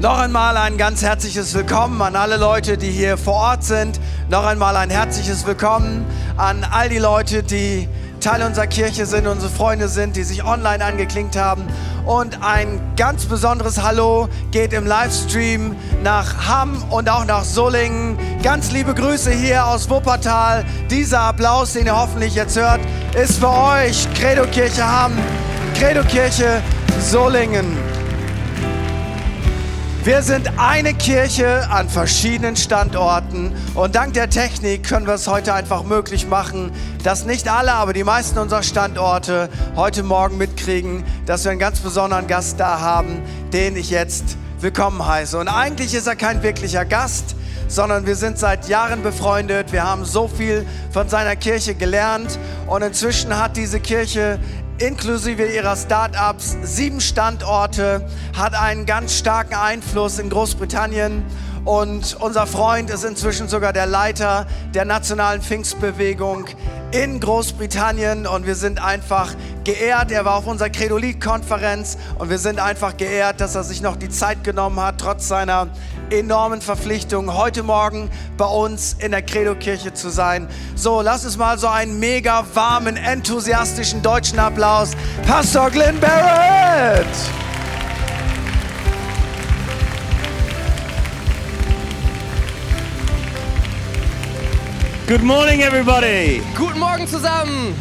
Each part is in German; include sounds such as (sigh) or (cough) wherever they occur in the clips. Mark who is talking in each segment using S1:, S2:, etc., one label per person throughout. S1: Noch einmal ein ganz herzliches Willkommen an alle Leute, die hier vor Ort sind. Noch einmal ein herzliches Willkommen an all die Leute, die Teil unserer Kirche sind, unsere Freunde sind, die sich online angeklinkt haben. Und ein ganz besonderes Hallo geht im Livestream nach Hamm und auch nach Solingen. Ganz liebe Grüße hier aus Wuppertal. Dieser Applaus, den ihr hoffentlich jetzt hört, ist für euch. Credo Kirche Hamm, Credo Kirche Solingen. Wir sind eine Kirche an verschiedenen Standorten und dank der Technik können wir es heute einfach möglich machen, dass nicht alle, aber die meisten unserer Standorte heute Morgen mitkriegen, dass wir einen ganz besonderen Gast da haben, den ich jetzt willkommen heiße. Und eigentlich ist er kein wirklicher Gast, sondern wir sind seit Jahren befreundet. Wir haben so viel von seiner Kirche gelernt und inzwischen hat diese Kirche inklusive ihrer Startups, sieben Standorte, hat einen ganz starken Einfluss in Großbritannien. Und unser Freund ist inzwischen sogar der Leiter der nationalen Pfingstbewegung in Großbritannien. Und wir sind einfach geehrt. Er war auf unserer Credolit-Konferenz und wir sind einfach geehrt, dass er sich noch die Zeit genommen hat, trotz seiner enormen Verpflichtung, heute Morgen bei uns in der Credo-Kirche zu sein. So, lasst uns mal so einen mega warmen, enthusiastischen deutschen Applaus. Pastor Glenn Barrett!
S2: Good morning, everybody.
S3: Guten Morgen zusammen.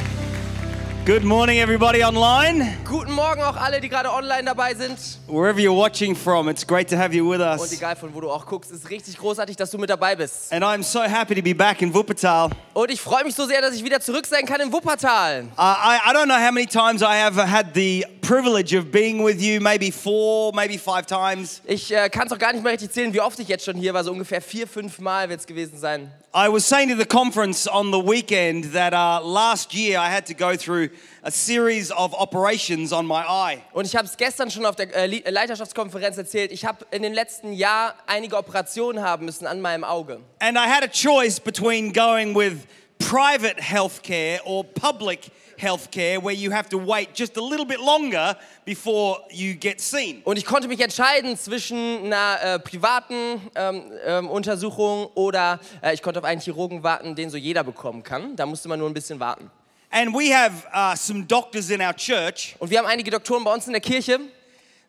S2: Good morning, everybody online.
S3: Guten Morgen auch alle, die gerade online dabei sind.
S2: Wherever you're watching from, it's great to have you with
S3: Und
S2: us.
S3: egal von wo du auch guckst, ist richtig großartig, dass du mit dabei bist.
S2: And I'm so happy to be back in Wuppertal. Uh,
S3: Und ich freue mich so sehr, dass ich wieder zurück sein kann in Wuppertal.
S2: I, I don't know how many times I have had the privilege of being with you, maybe four, maybe five times.
S3: Ich äh, kann es auch gar nicht mehr richtig zählen, wie oft ich jetzt schon hier war. So ungefähr vier, fünf Mal wird es gewesen sein.
S2: I was saying to the conference on the weekend that uh, last year I had to go through a series of operations on my eye.
S3: Und ich habe es gestern schon auf der äh, Li- Leiterschaftskonferenz erzählt. Ich habe in den letzten Jahr einige Operationen haben müssen an meinem Auge.
S2: And I had a choice between going with private healthcare or public healthcare, where you have to wait just a little bit longer before you get seen.
S3: Und ich konnte mich entscheiden zwischen einer äh, privaten ähm, ähm, Untersuchung oder äh, ich konnte auf einen Chirurgen warten, den so jeder bekommen kann. Da musste man nur ein bisschen warten.
S2: And we have uh, some doctors in our church.
S3: Und wir haben einige Doktoren bei uns in der Kirche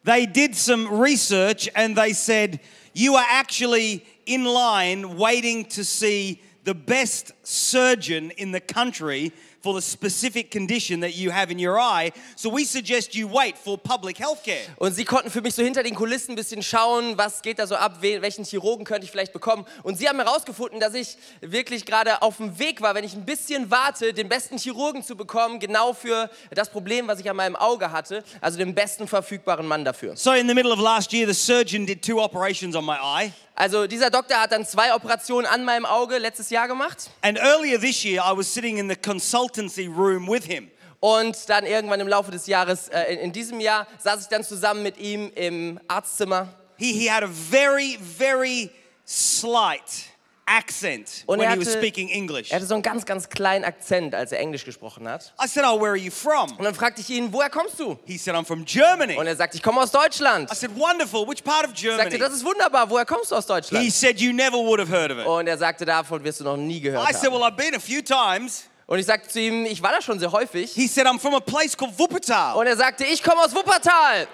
S2: They did some research and they said, You are actually in line waiting to see the best surgeon in the country for the specific condition that you have in your eye. So we suggest you wait for public healthcare.
S3: und sie konnten für mich so hinter den Kulissen ein bisschen schauen, was geht da so ab, we- welchen Chirurgen könnte ich vielleicht bekommen. Und sie haben herausgefunden, dass ich wirklich gerade auf dem Weg war, wenn ich ein bisschen warte, den besten Chirurgen zu bekommen, genau für das Problem, was ich an meinem Auge hatte, also den besten verfügbaren Mann dafür.
S2: So, in the middle of last year, the surgeon did two operations on my eye.
S3: Also dieser Doktor hat dann zwei Operationen an meinem Auge letztes Jahr gemacht.
S2: And earlier this year, I was sitting in the consultancy room with him.
S3: Und dann irgendwann im Laufe des Jahres, äh, in, in diesem Jahr, saß ich dann zusammen mit ihm im Arztzimmer.
S2: He, he had a very, very slight accent
S3: Und
S2: when
S3: er
S2: he was
S3: hatte-
S2: speaking English.
S3: Er hatte so einen ganz, ganz kleinen Akzent, als er Englisch gesprochen hat.
S2: I said, Oh, where are you from?
S3: Und dann fragte ich ihn, woher kommst du?
S2: He said, I'm from Germany.
S3: Und
S2: I
S3: er sagt, ich komme aus Deutschland. Ich
S2: said, Wonderful. Which part of
S3: sagte,
S2: Germany?
S3: das ist wunderbar, woher kommst du aus
S2: He
S3: Deutschland?
S2: said, You never would have heard of it.
S3: Und er sagte, davon wirst du noch nie gehört
S2: I said,
S3: haben.
S2: Well, I've been a few times.
S3: Und ich sagte zu ihm, ich war da schon sehr häufig.
S2: He said, I'm from a place called Wuppertal.
S3: Und er sagte, ich komme aus Wuppertal.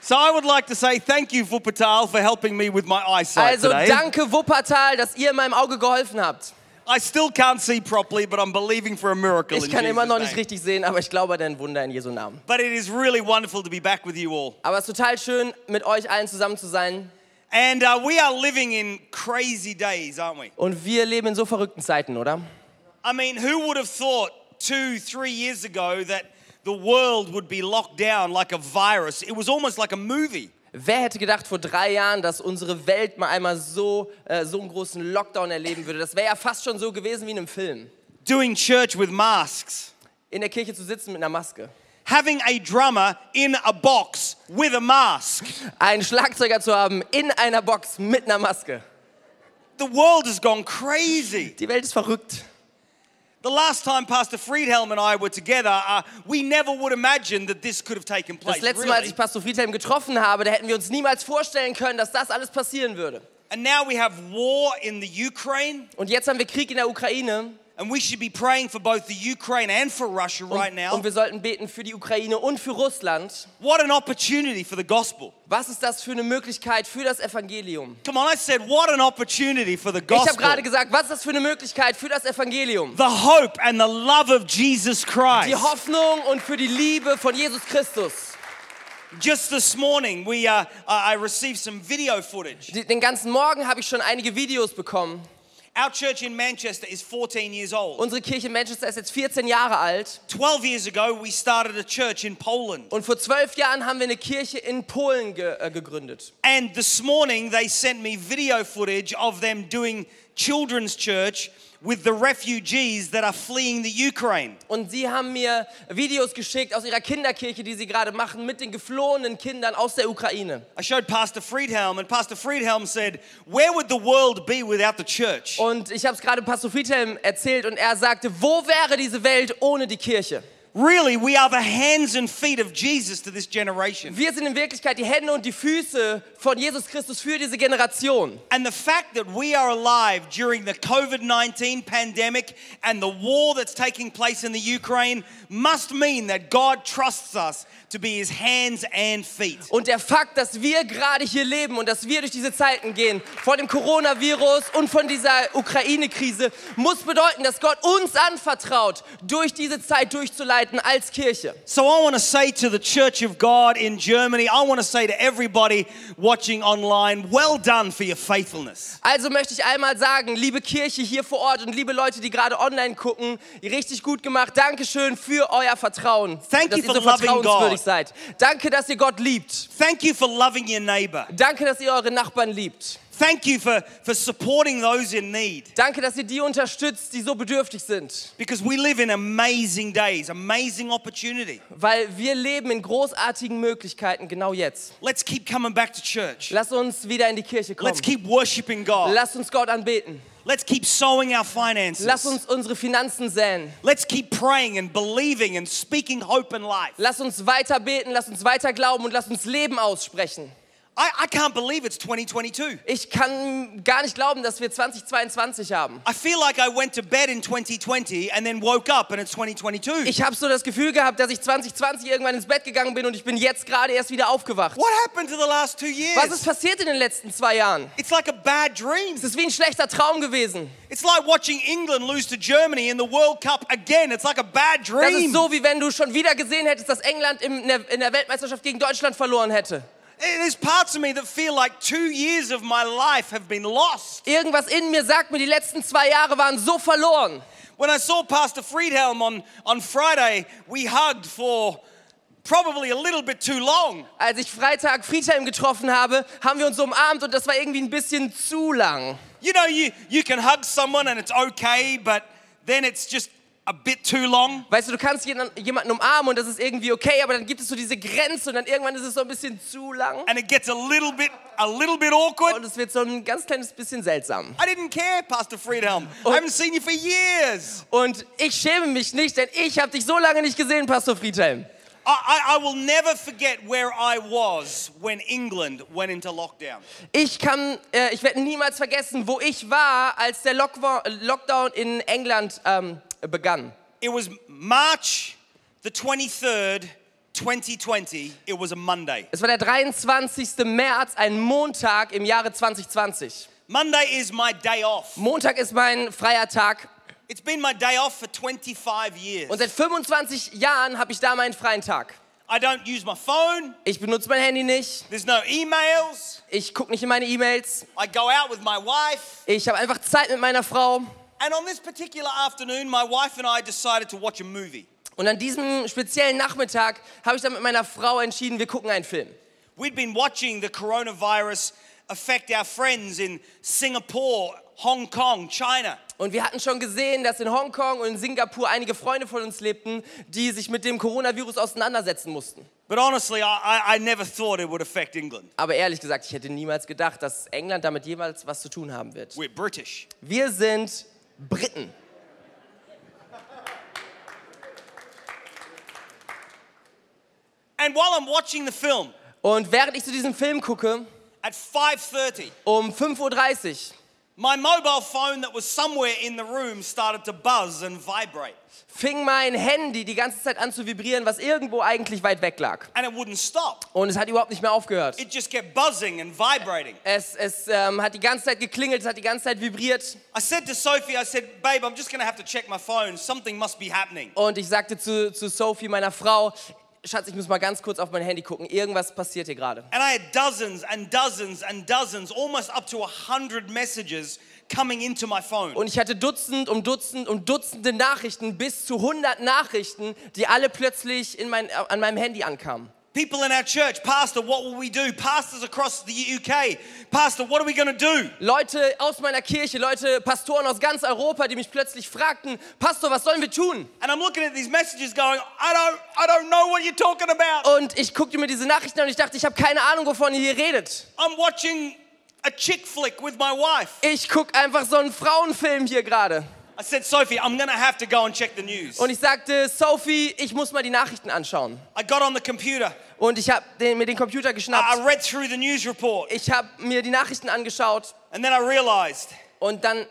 S2: So I would like to say thank you, Wuppertal, for helping me with my eyesight
S3: Also
S2: today.
S3: danke Wuppertal, dass ihr in meinem Auge geholfen habt.
S2: I still can't see properly, but I'm believing for a miracle.
S3: Ich
S2: in
S3: kann
S2: Jesus
S3: immer noch nicht
S2: name.
S3: richtig sehen, aber ich glaube an ein Wunder in Jesu Namen.
S2: But it is really wonderful to be back with you all.
S3: Aber es ist total schön, mit euch allen zusammen zu sein.
S2: And uh, we are living in crazy days, aren't we?
S3: Und wir leben in so verrückten Zeiten, oder?
S2: I mean, who would have thought two, three years ago that the world would be locked down like a virus? It was almost like a movie.
S3: Wer hätte gedacht vor drei Jahren, dass unsere Welt mal einmal so, äh, so einen großen Lockdown erleben würde? Das wäre ja fast schon so gewesen wie in einem Film.
S2: Doing church with masks,
S3: In der Kirche zu sitzen mit einer Maske.
S2: having a drummer in a box with a mask.
S3: Einen Schlagzeuger zu haben in einer Box mit einer Maske.
S2: The world has gone crazy.
S3: Die Welt ist verrückt.
S2: The last time Pastor Friedhelm and I were together, uh, we never would imagine that this could have taken
S3: Das
S2: place.
S3: letzte Mal, als
S2: really.
S3: ich Pastor Friedhelm getroffen habe, da hätten wir uns niemals vorstellen können, dass das alles passieren würde.
S2: And now we have war in the Ukraine,
S3: Und jetzt haben wir Krieg in der Ukraine
S2: and we should be praying for both the Ukraine and for Russia
S3: und,
S2: right now.
S3: und wir sollten beten für die Ukraine und für Russland.
S2: What an opportunity for the gospel.
S3: Was ist das für eine Möglichkeit für das Evangelium?
S2: Come on, I said, what an opportunity for the
S3: Ich habe
S2: gospel.
S3: gerade gesagt, was ist das für eine Möglichkeit für das Evangelium?
S2: The hope and the love of Jesus Christ.
S3: Die Hoffnung und für die Liebe von Jesus Christus.
S2: Just this morning, we uh, I I received some video footage.
S3: Die- Den ganzen Morgen habe ich schon einige Videos bekommen.
S2: Our church in Manchester is 14 years old.
S3: Unsere Kirche in Manchester ist jetzt 14 Jahre alt
S2: 12 years ago, we started a church in Poland.
S3: und vor 12 Jahren haben wir eine Kirche in Polen ge äh, gegründet.
S2: And this morning, they sent me video footage of them doing children's church with the refugees that are fleeing the Ukraine.
S3: Und sie haben mir Videos geschickt aus ihrer Kinderkirche, die sie gerade machen, mit den geflohenen Kindern aus der Ukraine.
S2: I showed Pastor Friedhelm, and Pastor Friedhelm said, Where would the world be without the church?
S3: Und ich habe es gerade Pastor Friedhelm erzählt und er sagte, wo wäre diese Welt ohne die Kirche?
S2: Really, we are the hands and feet of Jesus to this generation.
S3: Wir sind in Wirklichkeit die Hände und die Füße von Jesus Christus für diese Generation.
S2: And the fact that we are alive during the COVID 19 pandemic and the war that's taking place in the Ukraine must mean that God trusts us to be his hands and feet.
S3: Und der Fakt, dass wir gerade hier leben und dass wir durch diese Zeiten gehen, von dem Coronavirus und von dieser Ukraine-Krise, muss bedeuten, dass Gott uns anvertraut, durch diese Zeit durchzuleiten als Kirche.
S2: So I want to say to the Church of God in Germany, I want to say to everybody watching online, well done for your faithfulness.
S3: Also möchte ich einmal sagen, liebe Kirche hier vor Ort und liebe Leute, die gerade online gucken, richtig gut gemacht. Dankeschön für euer Vertrauen.
S2: Thank
S3: dass
S2: you
S3: ihr
S2: for
S3: so
S2: loving
S3: vertrauenswürdig
S2: God.
S3: seid. Danke, dass ihr Gott liebt.
S2: Thank you for loving your neighbor.
S3: Danke, dass ihr eure Nachbarn liebt.
S2: Thank you for, for supporting those in need.
S3: Danke, dass ihr die unterstützt, die so bedürftig sind.
S2: Because we live in amazing days, amazing opportunity.
S3: Weil wir leben in großartigen Möglichkeiten genau jetzt.
S2: Let's keep coming back to church.
S3: Lass uns wieder in die Kirche kommen.
S2: Let's keep worshiping God.
S3: Lass uns Gott anbeten.
S2: Let's keep sowing our finances.
S3: Lass uns unsere Finanzen säen.
S2: Let's keep praying and believing and speaking hope and life.
S3: Lass uns weiter beten, lass uns weiter glauben und lass uns Leben aussprechen.
S2: I, I can't believe it's 2022.
S3: Ich kann gar nicht glauben, dass wir 2022 haben.
S2: I feel like I went to bed in 2020 and then woke up and it's 2022.
S3: Ich habe so das Gefühl gehabt, dass ich 2020 irgendwann ins Bett gegangen bin und ich bin jetzt gerade erst wieder aufgewacht.
S2: what happened to the last two years?
S3: Was ist passiert in den letzten zwei Jahren?
S2: it's like a bad dream.
S3: Es ist wie ein schlechter Traum gewesen.
S2: It's like watching England lose to Germany in the World Cup again. It's like a bad
S3: Das
S2: dream.
S3: ist so, wie wenn du schon wieder gesehen hättest, dass England im- in der, in der Weltmeisterschaft gegen Deutschland verloren hätte.
S2: There's parts of me that feel like two years of my life have been lost.
S3: Irgendwas in mir sagt mir, die letzten zwei Jahre waren so verloren.
S2: When I saw Pastor Friedhelm on, on Friday, we hugged for probably a little bit too long.
S3: Als ich Freitag Friedhelm getroffen habe, haben wir uns umarmt und das war irgendwie ein bisschen zu lang.
S2: You know, you, you can hug someone and it's okay, but then it's just a bit too long.
S3: Weißt du, du kannst jeden- jemanden umarmen und das ist irgendwie okay, aber dann gibt es so diese Grenze und dann irgendwann ist es so ein bisschen zu lang
S2: And it gets a little bit, a little bit
S3: und
S2: awkward.
S3: es wird so ein ganz kleines bisschen seltsam.
S2: I didn't care, Pastor Friedhelm. I haven't seen you for years.
S3: Und ich schäme mich nicht, denn ich habe dich so lange nicht gesehen, Pastor Friedhelm.
S2: I, I, I will never forget where I was when England went into lockdown.
S3: Ich kann, äh, ich werde niemals vergessen, wo ich war, als der Lockwa- Lockdown in England ähm, begann.
S2: It was March the 23rd, 2020. It was a Monday.
S3: Es war der 23. März, ein Montag im Jahre 2020.
S2: Monday is my day off.
S3: Montag ist mein freier Tag
S2: It's been my day off for 25 years.
S3: und seit 25 Jahren habe ich da meinen freien Tag.
S2: I don't use my phone.
S3: Ich benutze mein Handy nicht,
S2: There's no emails.
S3: ich gucke nicht in meine E-Mails,
S2: I go out with my wife.
S3: ich habe einfach Zeit mit meiner Frau.
S2: And on this particular afternoon, my wife and I decided to watch a movie.
S3: Und an diesem speziellen Nachmittag habe ich dann mit meiner Frau entschieden, wir gucken einen Film.
S2: We'd been watching the coronavirus affect our friends in Singapore, Hong Kong, China.
S3: Und wir hatten schon gesehen, dass in Hongkong und in Singapur einige Freunde von uns lebten, die sich mit dem Coronavirus auseinandersetzen mussten.
S2: But honestly, I, I, I never thought it would affect England.
S3: Aber ehrlich gesagt, ich hätte niemals gedacht, dass England damit jemals was zu tun haben wird.
S2: We're British.
S3: Wir sind Briten.
S2: And while I'm watching the film
S3: Und während ich zu diesem Film gucke,
S2: at 5:30,
S3: um 5.30 Uhr,
S2: my mobile phone that was somewhere in the room started to buzz and vibrate,
S3: fing mein Handy die ganze Zeit an zu vibrieren, was irgendwo eigentlich weit weg lag.
S2: and it wouldn't stop.
S3: Und es hat überhaupt nicht mehr aufgehört.
S2: It just kept buzzing and vibrating.
S3: Es, es ähm, hat die ganze Zeit geklingelt, es hat die ganze Zeit vibriert.
S2: I said to Sophie, I said, "Babe, I'm just going to have to check my phone. Something must be happening."
S3: Und ich sagte zu, zu Sophie, meiner Frau, Schatz, ich muss mal ganz kurz auf mein Handy gucken. Irgendwas passiert hier gerade.
S2: And I had dozens and dozens and dozens, almost up to a hundred messages coming into my phone.
S3: Und ich hatte Dutzend um Dutzend um Dutzende Nachrichten, bis zu 100 Nachrichten, die alle plötzlich in mein, äh, an meinem Handy ankamen.
S2: People in our church, Pastor, what will we do? Pastors across the UK, Pastor, what are we going to do?
S3: Leute aus meiner Kirche, Leute, Pastoren aus ganz Europa, die mich plötzlich fragten, Pastor, was sollen wir tun?
S2: And I'm looking at these messages, going, "I don't, I don't know what you're talking about."
S3: Und ich guckte mir diese Nachrichten an und ich dachte, ich habe keine Ahnung, wovon ihr hier redet.
S2: I'm watching a chick flick with my wife.
S3: Ich guck einfach so einen Frauenfilm hier gerade.
S2: I said, Sophie, I'm going to have to go and check the news.
S3: Und ich sagte, Sophie, ich muss mal die Nachrichten anschauen.
S2: I got on the computer.
S3: Und ich habe den, mir den Computer
S2: I
S3: geschnappt.
S2: I read through the news report,
S3: Ich habe mir die Nachrichten angeschaut
S2: and then I realized
S3: und dann f-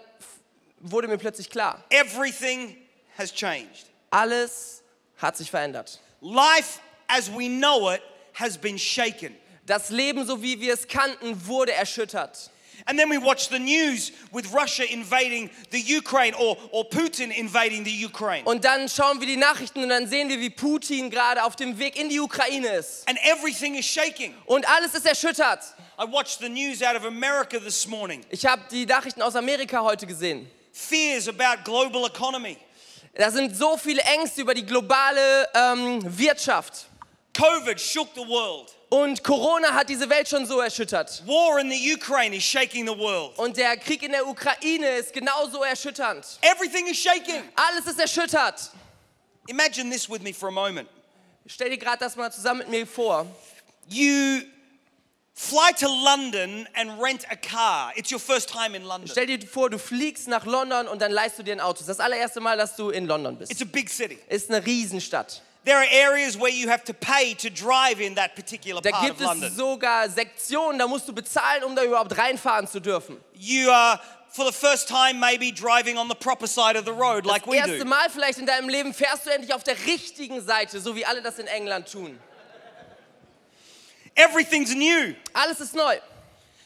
S3: wurde mir plötzlich klar,
S2: everything has changed.
S3: alles hat sich verändert.
S2: Life as we know it has been shaken.
S3: Das Leben, so wie wir es kannten, wurde erschüttert.
S2: And then we watch the news with Russia invading the Ukraine or, or Putin invading the Ukraine.
S3: Und dann schauen wir die Nachrichten und dann sehen wir, wie Putin gerade auf dem Weg in die Ukraine ist.
S2: And everything is shaking.
S3: Und alles ist erschüttert.
S2: I watched the news out of America this morning.
S3: Ich habe die Nachrichten aus Amerika heute gesehen.
S2: Fears about global economy.
S3: Da sind so viele Ängste über die globale ähm, Wirtschaft.
S2: COVID shook the world.
S3: Und Corona hat diese Welt schon so erschüttert.
S2: War in the Ukraine is shaking the world.
S3: Und der Krieg in der Ukraine ist genauso erschütternd.
S2: Everything is shaking.
S3: Alles ist erschüttert.
S2: Imagine this with me for a moment.
S3: Stell dir gerade das mal zusammen mit mir vor.
S2: You fly to London and rent a car. It's your first time in London.
S3: Stell dir vor, du fliegst nach London und dann leihst du dir ein Auto. Das ist das allererste Mal, dass du in London bist.
S2: It's a big city.
S3: Ist eine Riesenstadt.
S2: There are areas where you have to pay to drive in that particular
S3: Da
S2: part of
S3: gibt es
S2: Ah, London.
S3: sogar Sektionen, da musst du bezahlen, um da überhaupt reinfahren zu dürfen.
S2: You are, for the first time, maybe driving on the proper side of the road like
S3: Das
S2: we
S3: erste
S2: do.
S3: Mal vielleicht in deinem Leben fährst du endlich auf der richtigen Seite, so wie alle das in England tun.
S2: Everything's new.
S3: Alles ist neu.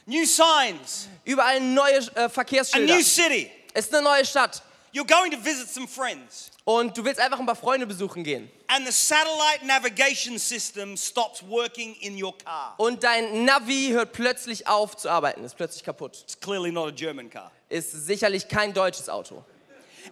S2: New signs,
S3: Überall neue äh,
S2: a
S3: Verkehrsschilder.
S2: new
S3: Es
S2: city.
S3: ist eine neue Stadt.
S2: You're going to visit some friends,
S3: Und du willst einfach ein paar Freunde besuchen gehen.
S2: and the satellite navigation system stops working in your car.
S3: Und dein Navi hört plötzlich auf zu arbeiten, ist plötzlich kaputt.
S2: It's clearly not a German car.
S3: Ist sicherlich kein deutsches Auto.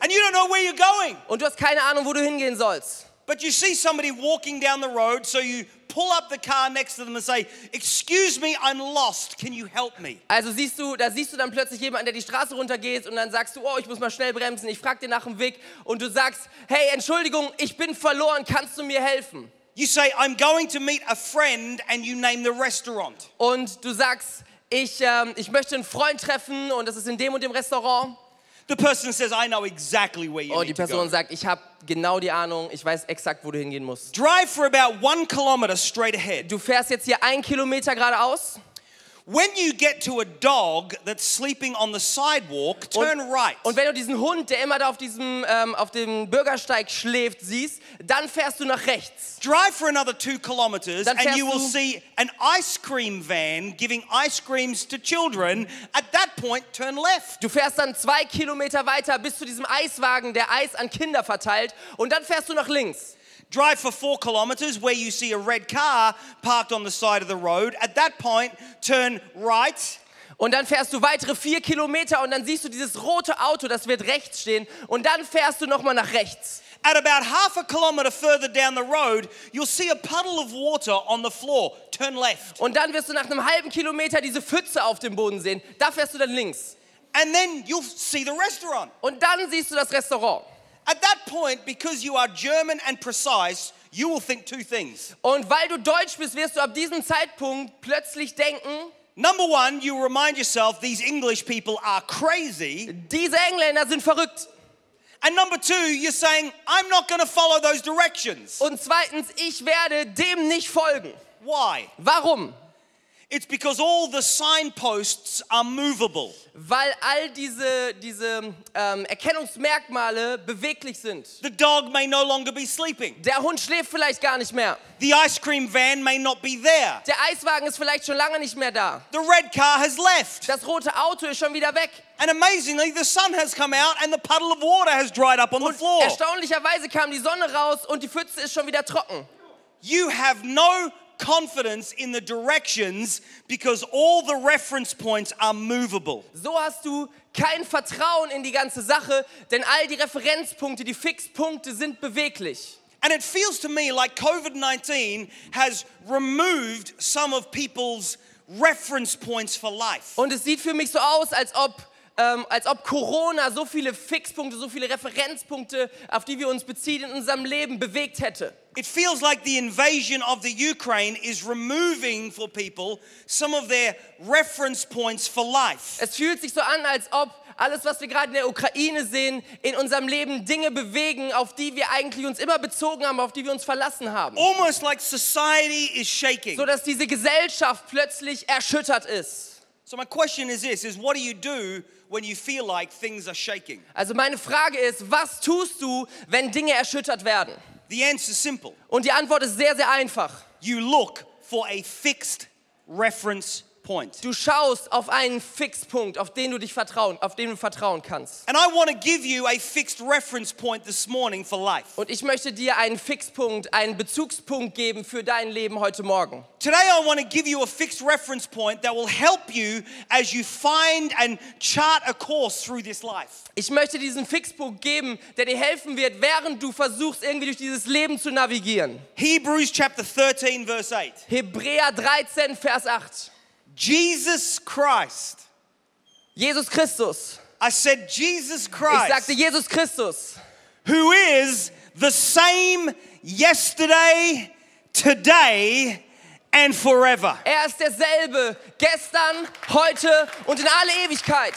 S2: And you don't know where you're going,
S3: Und du hast keine Ahnung, wo du hingehen sollst.
S2: but you see somebody walking down the road, so you pull up the car next to them and say, Excuse me, I'm lost. Can you help me?
S3: Also siehst du, da siehst du dann plötzlich jemanden, der die Straße runtergeht und dann sagst du, oh, ich muss mal schnell bremsen, ich frag dir nach dem Weg und du sagst, hey, Entschuldigung, ich bin verloren, kannst du mir helfen?
S2: You say, I'm going to meet a friend, and you name the restaurant.
S3: Und du sagst, ich, ähm, ich möchte einen Freund treffen und das ist in dem und dem Restaurant.
S2: The person says, I know exactly where you
S3: Und die
S2: need to go.
S3: Oh, Person sagt, ich habe genau die Ahnung, ich weiß exakt, wo du hingehen musst.
S2: Drive for about one kilometer straight ahead.
S3: Du fährst jetzt hier einen Kilometer geradeaus
S2: When you get to a dog that's sleeping on the sidewalk, turn right.
S3: und wenn du diesen Hund, der immer da auf, diesem, ähm, auf dem Bürgersteig schläft, siehst, dann fährst du nach rechts.
S2: Drive for another two kilometers,
S3: Dann
S2: and
S3: fährst
S2: you will
S3: du-
S2: see an ice cream van giving ice creams to children. At that point, turn left.
S3: Du fährst dann zwei Kilometer weiter bis zu diesem Eiswagen, der Eis an Kinder verteilt und dann fährst du nach links.
S2: Drive for four kilometers, where you see a red car parked on the side of the road. At that point, turn right.
S3: Und dann fährst du weitere vier Kilometer und dann siehst du dieses rote Auto, das wird rechts stehen und dann fährst du nochmal nach rechts.
S2: At about half a kilometer further down the road, you'll see a puddle of water on the floor. Turn left.
S3: Und dann wirst du nach einem halben Kilometer diese Pfütze auf dem Boden sehen. Da fährst du dann links.
S2: And then you'll see the restaurant.
S3: Und dann siehst du das Restaurant.
S2: At that point, because you are German and precise, you will think two things.
S3: Und weil du deutsch bist, wirst du ab diesem Zeitpunkt plötzlich denken,
S2: Number one, you remind yourself these English people are crazy.
S3: diese Engländer sind verrückt.
S2: And number two, you're saying, I'm not going to follow those directions.
S3: Und zweitens, ich werde dem nicht folgen.
S2: Why?
S3: Warum?
S2: It's because all the signposts are movable.
S3: Weil all diese, diese ähm, Erkennungsmerkmale beweglich sind.
S2: The dog may no longer be sleeping.
S3: Der Hund schläft vielleicht gar nicht mehr.
S2: The ice cream van may not be there.
S3: Der Eiswagen ist vielleicht schon lange nicht mehr da.
S2: The red car has left.
S3: Das rote Auto ist schon wieder weg.
S2: And amazingly, the sun has come out and the puddle of water has dried up on the
S3: Und
S2: floor.
S3: erstaunlicherweise kam die Sonne raus und die Pfütze ist schon wieder trocken.
S2: You have no confidence in the directions because all the reference points are movable.
S3: So hast du kein Vertrauen in die ganze Sache, denn all die Referenzpunkte, die Fixpunkte sind beweglich.
S2: And it feels to me like COVID 19 has removed some of people's reference points for life.
S3: Und es sieht für mich so aus, als ob, ähm, als ob Corona so viele Fixpunkte, so viele Referenzpunkte, auf die wir uns beziehen, in unserem Leben bewegt hätte.
S2: It feels like the invasion of the Ukraine is removing for people some of their reference points for life.
S3: Es fühlt sich so an, als ob alles, was wir gerade in der Ukraine sehen, in unserem Leben Dinge bewegen, auf die wir eigentlich uns immer bezogen haben, auf die wir uns verlassen haben.
S2: Almost like society is shaking.
S3: So dass diese Gesellschaft plötzlich erschüttert ist.
S2: So my question is this is what do you do when you feel like things are shaking?
S3: Also meine Frage ist, was tust du, wenn Dinge erschüttert werden?
S2: The answer's simple.
S3: Und die Antwort ist sehr, sehr einfach.
S2: You look for a fixed reference point.
S3: Du schaust auf einen Fixpunkt, auf den du dich vertrauen, auf den du vertrauen kannst.
S2: And I want to give you a fixed reference point this morning for life.
S3: Und ich möchte dir einen Fixpunkt, einen Bezugspunkt geben für dein Leben heute Morgen.
S2: Today, I want to give you a fixed reference point that will help you as you find and chart a course through this life.
S3: Ich möchte diesen Fixpunkt geben, der dir helfen wird, während du versuchst, irgendwie durch dieses Leben zu navigieren.
S2: Hebrews chapter 13, verse 8.
S3: Hebräer 13, Vers 8.
S2: Jesus Christ.
S3: Jesus Christus.
S2: I said, Jesus
S3: Ich
S2: Christ,
S3: sagte Jesus Christus.
S2: who is the same yesterday, today, and forever.
S3: Er ist derselbe gestern, heute und in alle Ewigkeit.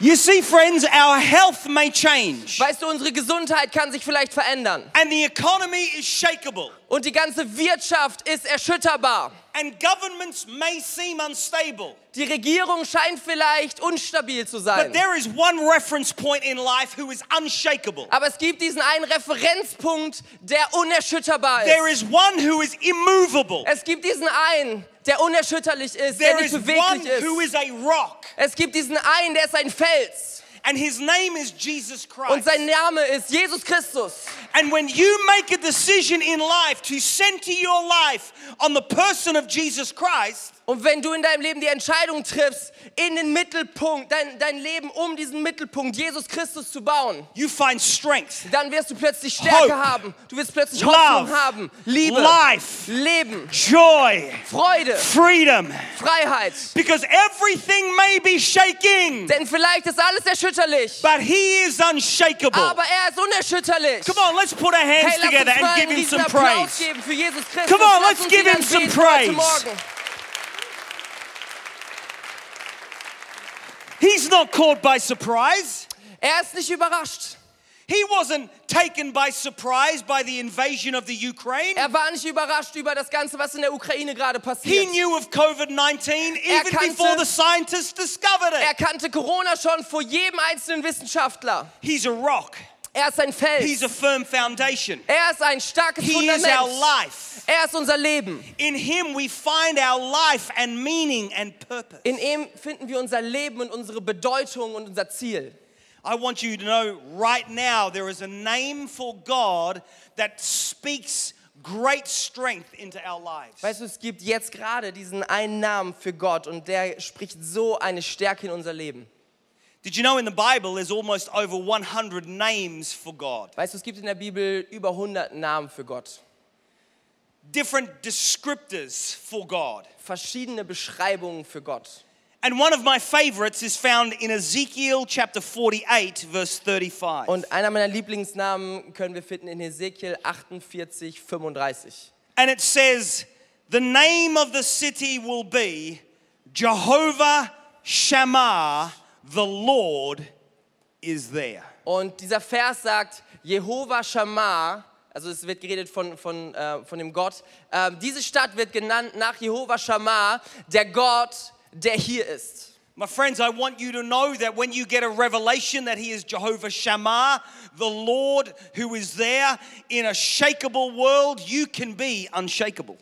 S2: You see, friends, our health may change,
S3: Weißt du, unsere Gesundheit kann sich vielleicht verändern.
S2: and the economy is shakeable,
S3: Und die ganze Wirtschaft ist erschütterbar.
S2: and governments may seem unstable.
S3: Die Regierung scheint vielleicht unstabil zu
S2: But
S3: sein.
S2: there is one reference point in life who is unshakable.
S3: Aber es gibt diesen einen Referenzpunkt, der unerschütterbar ist.
S2: There is one who is immovable.
S3: Es gibt diesen einen, der unerschütterlich ist, der
S2: There
S3: (laughs) nicht
S2: is one
S3: beweglich
S2: who is
S3: ist.
S2: a rock,
S3: Es gibt diesen einen, der ist ein Fels.
S2: and his name is Jesus
S3: Und
S2: Christ.
S3: sein Name ist Jesus Christus.
S2: And when you make a decision in life to center your life on the person of Jesus Christ,
S3: Und wenn du in deinem Leben die Entscheidung triffst, in den Mittelpunkt, dein, dein Leben um diesen Mittelpunkt, Jesus Christus zu bauen,
S2: you find strength,
S3: dann wirst du plötzlich Stärke
S2: Hope.
S3: haben. Du wirst plötzlich Hoffnung
S2: love,
S3: haben. Liebe,
S2: life,
S3: Leben,
S2: joy,
S3: Freude,
S2: freedom.
S3: Freiheit.
S2: Because everything may be shaking,
S3: Denn vielleicht ist alles erschütterlich,
S2: but he is unshakable.
S3: aber er ist unerschütterlich.
S2: Come on, let's put our hands
S3: Hey, lass
S2: together
S3: uns
S2: and
S3: mal einen
S2: give him
S3: riesen
S2: some
S3: Applaus
S2: praise.
S3: geben für Jesus Christus.
S2: Come on,
S3: Lass
S2: let's
S3: uns
S2: give
S3: ihn
S2: him some
S3: anbeten heute
S2: praise.
S3: Morgen.
S2: He's not caught by surprise.
S3: Er ist nicht überrascht.
S2: He wasn't taken by surprise by the invasion of the Ukraine.
S3: Er war nicht überrascht über das Ganze, was in der Ukraine gerade
S2: He
S3: passiert.
S2: knew of COVID 19 even
S3: kannte-
S2: before the scientists discovered
S3: Er
S2: it.
S3: kannte Corona schon vor jedem einzelnen Wissenschaftler.
S2: He's a rock,
S3: Er ist ein Fels.
S2: he's a firm foundation.
S3: Er ist ein starkes
S2: He is our
S3: Fundament.
S2: life.
S3: Er ist unser Leben.
S2: In him we find our life and meaning and purpose.
S3: In ihm finden wir unser Leben und unsere Bedeutung und unser Ziel.
S2: I want you to know right now there is a name for God that speaks great strength into our lives.
S3: Weißt du, es gibt jetzt gerade diesen einen Namen für Gott und der spricht so eine Stärke in unser Leben.
S2: Did you know in the Bible there's almost over 100 names for God?
S3: Weißt du, es gibt in der Bibel über 100 Namen für Gott.
S2: Different descriptors for God.
S3: Verschiedene Beschreibungen für Gott.
S2: And one of my favorites is found in Ezekiel chapter 48, verse 35.
S3: Und einer meiner Lieblingsnamen können wir finden in Hesekiel 48, 35.
S2: And it says, The name of the city will be Jehovah Shammah, the Lord is there.
S3: Und dieser Vers sagt, Jehova Shammah, also es wird geredet von, von, äh, von dem Gott, ähm, diese Stadt wird genannt nach Jehova Shammah, der Gott, der hier ist.
S2: My friends, I want you to know that when you get a revelation that He is Jehovah Shammah, the Lord who is there in a shakeable world, you can be unshakable.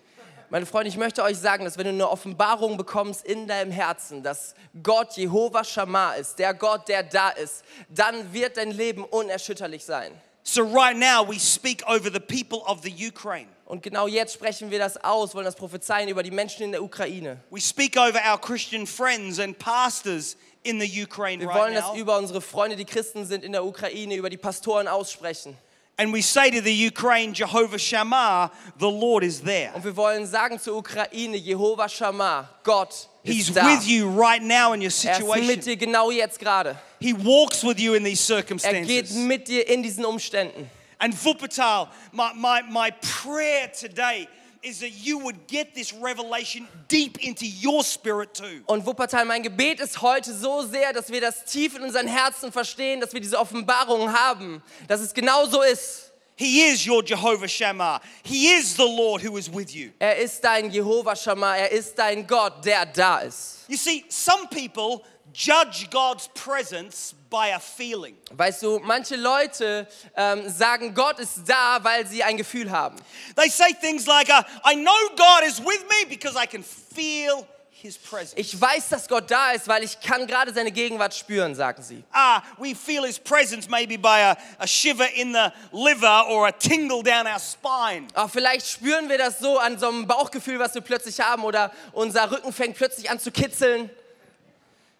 S3: Meine Freunde, ich möchte euch sagen, dass wenn du eine Offenbarung bekommst in deinem Herzen, dass Gott Jehova Shammah ist, der Gott, der da ist, dann wird dein Leben unerschütterlich sein.
S2: So, right now, we speak over the people of the Ukraine.
S3: Und genau jetzt sprechen wir das aus, wollen das prophezeien über die Menschen in der Ukraine.
S2: We speak over our Christian friends and pastors in the Ukraine
S3: Wir
S2: right
S3: wollen das
S2: now.
S3: über unsere Freunde, die Christen sind in der Ukraine, über die Pastoren aussprechen.
S2: And we say to the Ukraine, Jehovah Shammah, the Lord is there.
S3: Und wir wollen sagen zur Ukraine, Jehova Shammah, Gott
S2: He's
S3: ist da.
S2: with you right now in your
S3: Er ist mit
S2: situation.
S3: dir genau jetzt gerade.
S2: He walks with you in these
S3: Er geht
S2: circumstances.
S3: mit dir in diesen Umständen.
S2: And Vupatal, my, my, my prayer today is that you would get this revelation deep into your spirit too.
S3: Und Wuppertal, mein Gebet ist heute so sehr, dass wir das tief in unseren Herzen verstehen, dass wir diese Offenbarung haben, dass es genau so ist.
S2: He is your Jehovah Shammah. He is the Lord who is with you.
S3: Er ist dein Jehova Shammah, er ist dein Gott, der da ist.
S2: You see, some people judge God's presence by a feeling.
S3: Weißt du, manche Leute ähm, sagen, Gott ist da, weil sie ein Gefühl haben.
S2: They say things like, uh, I know God is with me because I can feel his presence.
S3: Ich weiß, dass Gott da ist, weil ich kann gerade seine Gegenwart spüren, sagen sie.
S2: Ah, we feel his presence maybe by a, a shiver in the liver or a tingle down our spine.
S3: Ach, Ah, vielleicht spüren wir das so an so einem Bauchgefühl, was wir plötzlich haben, oder unser Rücken fängt plötzlich an zu kitzeln.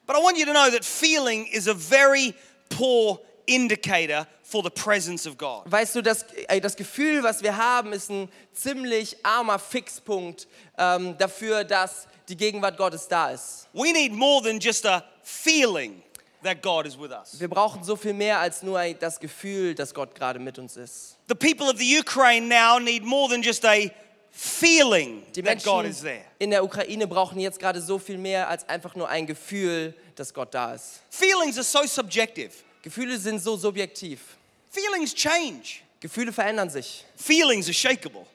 S2: But I want you to know that feeling is a very poor indicator for the presence of God.
S3: Weißt du, das, äh, das Gefühl, was wir haben, ist ein ziemlich armer Fixpunkt ähm, dafür, dass die Gegenwart Gottes da ist.
S2: We need more than just a feeling that God is with us.
S3: Wir brauchen so viel mehr als nur ein- das Gefühl, dass Gott gerade mit uns ist.
S2: The people of the Ukraine now need more than just a feeling
S3: Die
S2: that
S3: Menschen
S2: God is there.
S3: in der Ukraine brauchen jetzt gerade so viel mehr als einfach nur ein Gefühl, dass Gott da ist.
S2: Feelings are so subjective.
S3: Gefühle sind so subjektiv.
S2: Feelings change.
S3: Gefühle verändern sich.
S2: Feelings are shakeable.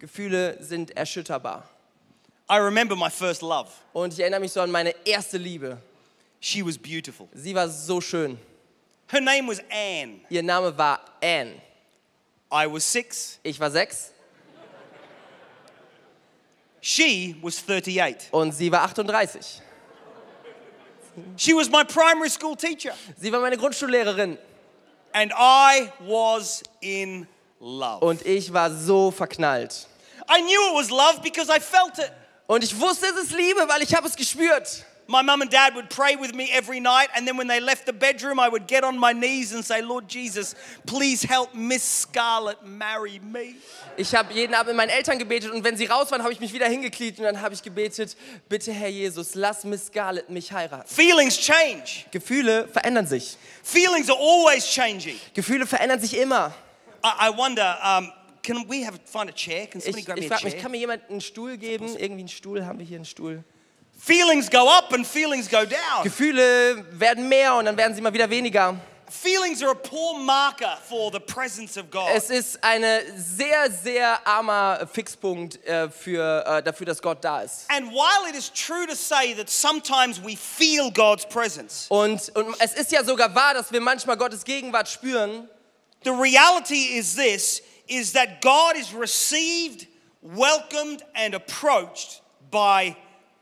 S3: Gefühle sind erschütterbar.
S2: I remember my first love.
S3: Und ich erinnere mich so an meine erste Liebe.
S2: She was beautiful.
S3: Sie war so schön.
S2: Her name was Anne.
S3: Ihr Name war Anne.
S2: I was six.
S3: Ich war sechs
S2: She was 38.
S3: und sie war 38.
S2: She was my primary school teacher.
S3: Sie war meine Grundschullehrerin
S2: And I was in love.
S3: und ich war so verknallt.
S2: I knew it was love because I felt it.
S3: Und ich wusste, es ist Liebe, weil ich habe es gespürt.
S2: My mum and dad would pray with me every night, and then when they left the bedroom, I would get on my knees and say, Lord Jesus, please help Miss Scarlett marry me.
S3: Ich habe jeden Abend mit meinen Eltern gebetet und wenn sie raus waren, habe ich mich wieder hingekniet und dann habe ich gebetet, bitte Herr Jesus, lass Miss Scarlett mich heiraten.
S2: Feelings change.
S3: Gefühle verändern sich.
S2: Feelings are always changing.
S3: Gefühle verändern sich immer.
S2: I, I wonder, um, can we have find a chair? Can somebody
S3: Ich,
S2: grab me
S3: ich
S2: a
S3: frage
S2: chair?
S3: mich, kann mir jemand einen Stuhl geben? Irgendwie einen Stuhl, haben wir hier einen Stuhl?
S2: feelings go up and feelings go down.
S3: Gefühle werden mehr und dann werden sie mal wieder weniger.
S2: Feelings are a poor marker for the presence of God.
S3: Es ist ein sehr, sehr armer Fixpunkt äh, für, äh, dafür, dass Gott da ist.
S2: and while it is true to say that sometimes we feel God's presence,
S3: Und, und es ist ja sogar wahr, dass wir manchmal Gottes Gegenwart spüren.
S2: The reality is this is that God is received, welcomed and approached by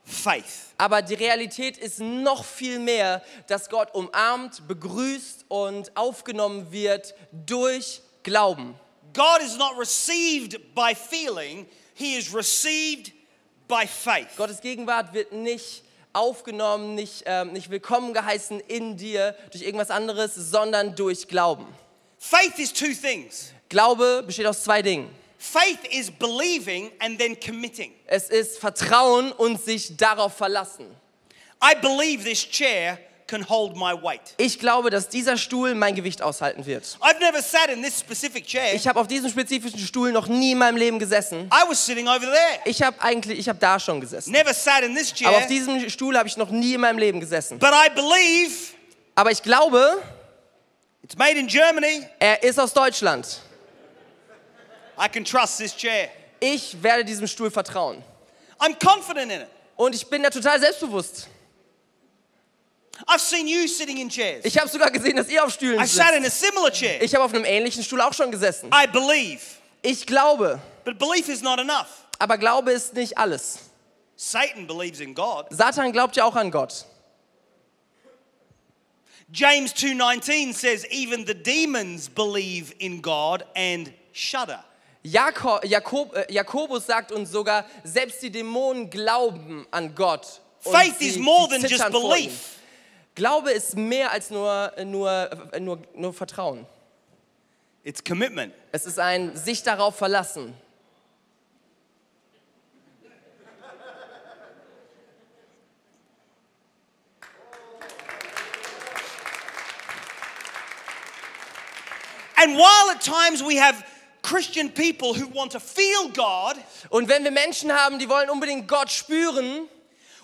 S2: faith.
S3: Aber die Realität ist noch viel mehr, dass Gott umarmt, begrüßt und aufgenommen wird durch Glauben.
S2: God is not received by feeling, he is received by faith.
S3: Gottes Gegenwart wird nicht aufgenommen, nicht, ähm, nicht willkommen geheißen in dir durch irgendwas anderes, sondern durch Glauben.
S2: Faith is two things.
S3: Glaube besteht aus zwei Dingen.
S2: Faith is believing and then committing.
S3: Es ist Vertrauen und sich darauf verlassen.
S2: I believe this chair can hold my weight.
S3: Ich glaube, dass dieser Stuhl mein Gewicht aushalten wird.
S2: I've never sat in this specific chair.
S3: Ich habe auf diesem spezifischen Stuhl noch nie in meinem Leben gesessen.
S2: I was sitting over there.
S3: Ich habe eigentlich, ich habe da schon gesessen.
S2: Never sat in this
S3: Aber auf
S2: chair.
S3: diesem Stuhl habe ich noch nie in meinem Leben gesessen.
S2: But I believe
S3: Aber ich glaube,
S2: It's made in Germany.
S3: Er ist aus Deutschland.
S2: I can trust this chair.
S3: Ich werde diesem Stuhl vertrauen.
S2: I'm confident in it.
S3: Und ich bin da total selbstbewusst.
S2: I've seen you sitting in chairs.
S3: Ich habe sogar gesehen, dass ihr auf Stühlen
S2: I sat
S3: sitzt.
S2: in a similar chair.
S3: Ich habe auf einem ähnlichen Stuhl auch schon gesessen.
S2: I believe.
S3: Ich glaube,
S2: But belief is not enough.
S3: aber Glaube ist nicht alles.
S2: Satan believes in God.
S3: Satan glaubt ja auch an Gott.
S2: James 2:19 says even the demons believe in God and shudder.
S3: Jako- Jakob, äh, Jakobus sagt uns sogar, selbst die Dämonen glauben an Gott. und
S2: Faith
S3: sie-
S2: is more
S3: sie
S2: than just
S3: zittern vor ihm.
S2: belief.
S3: Glaube ist mehr als nur, nur, nur, nur Vertrauen.
S2: It's commitment.
S3: Es ist ein sich darauf verlassen.
S2: And while at times we have Christian people who want to feel God,
S3: Und wenn wir Menschen haben, die wollen unbedingt Gott spüren,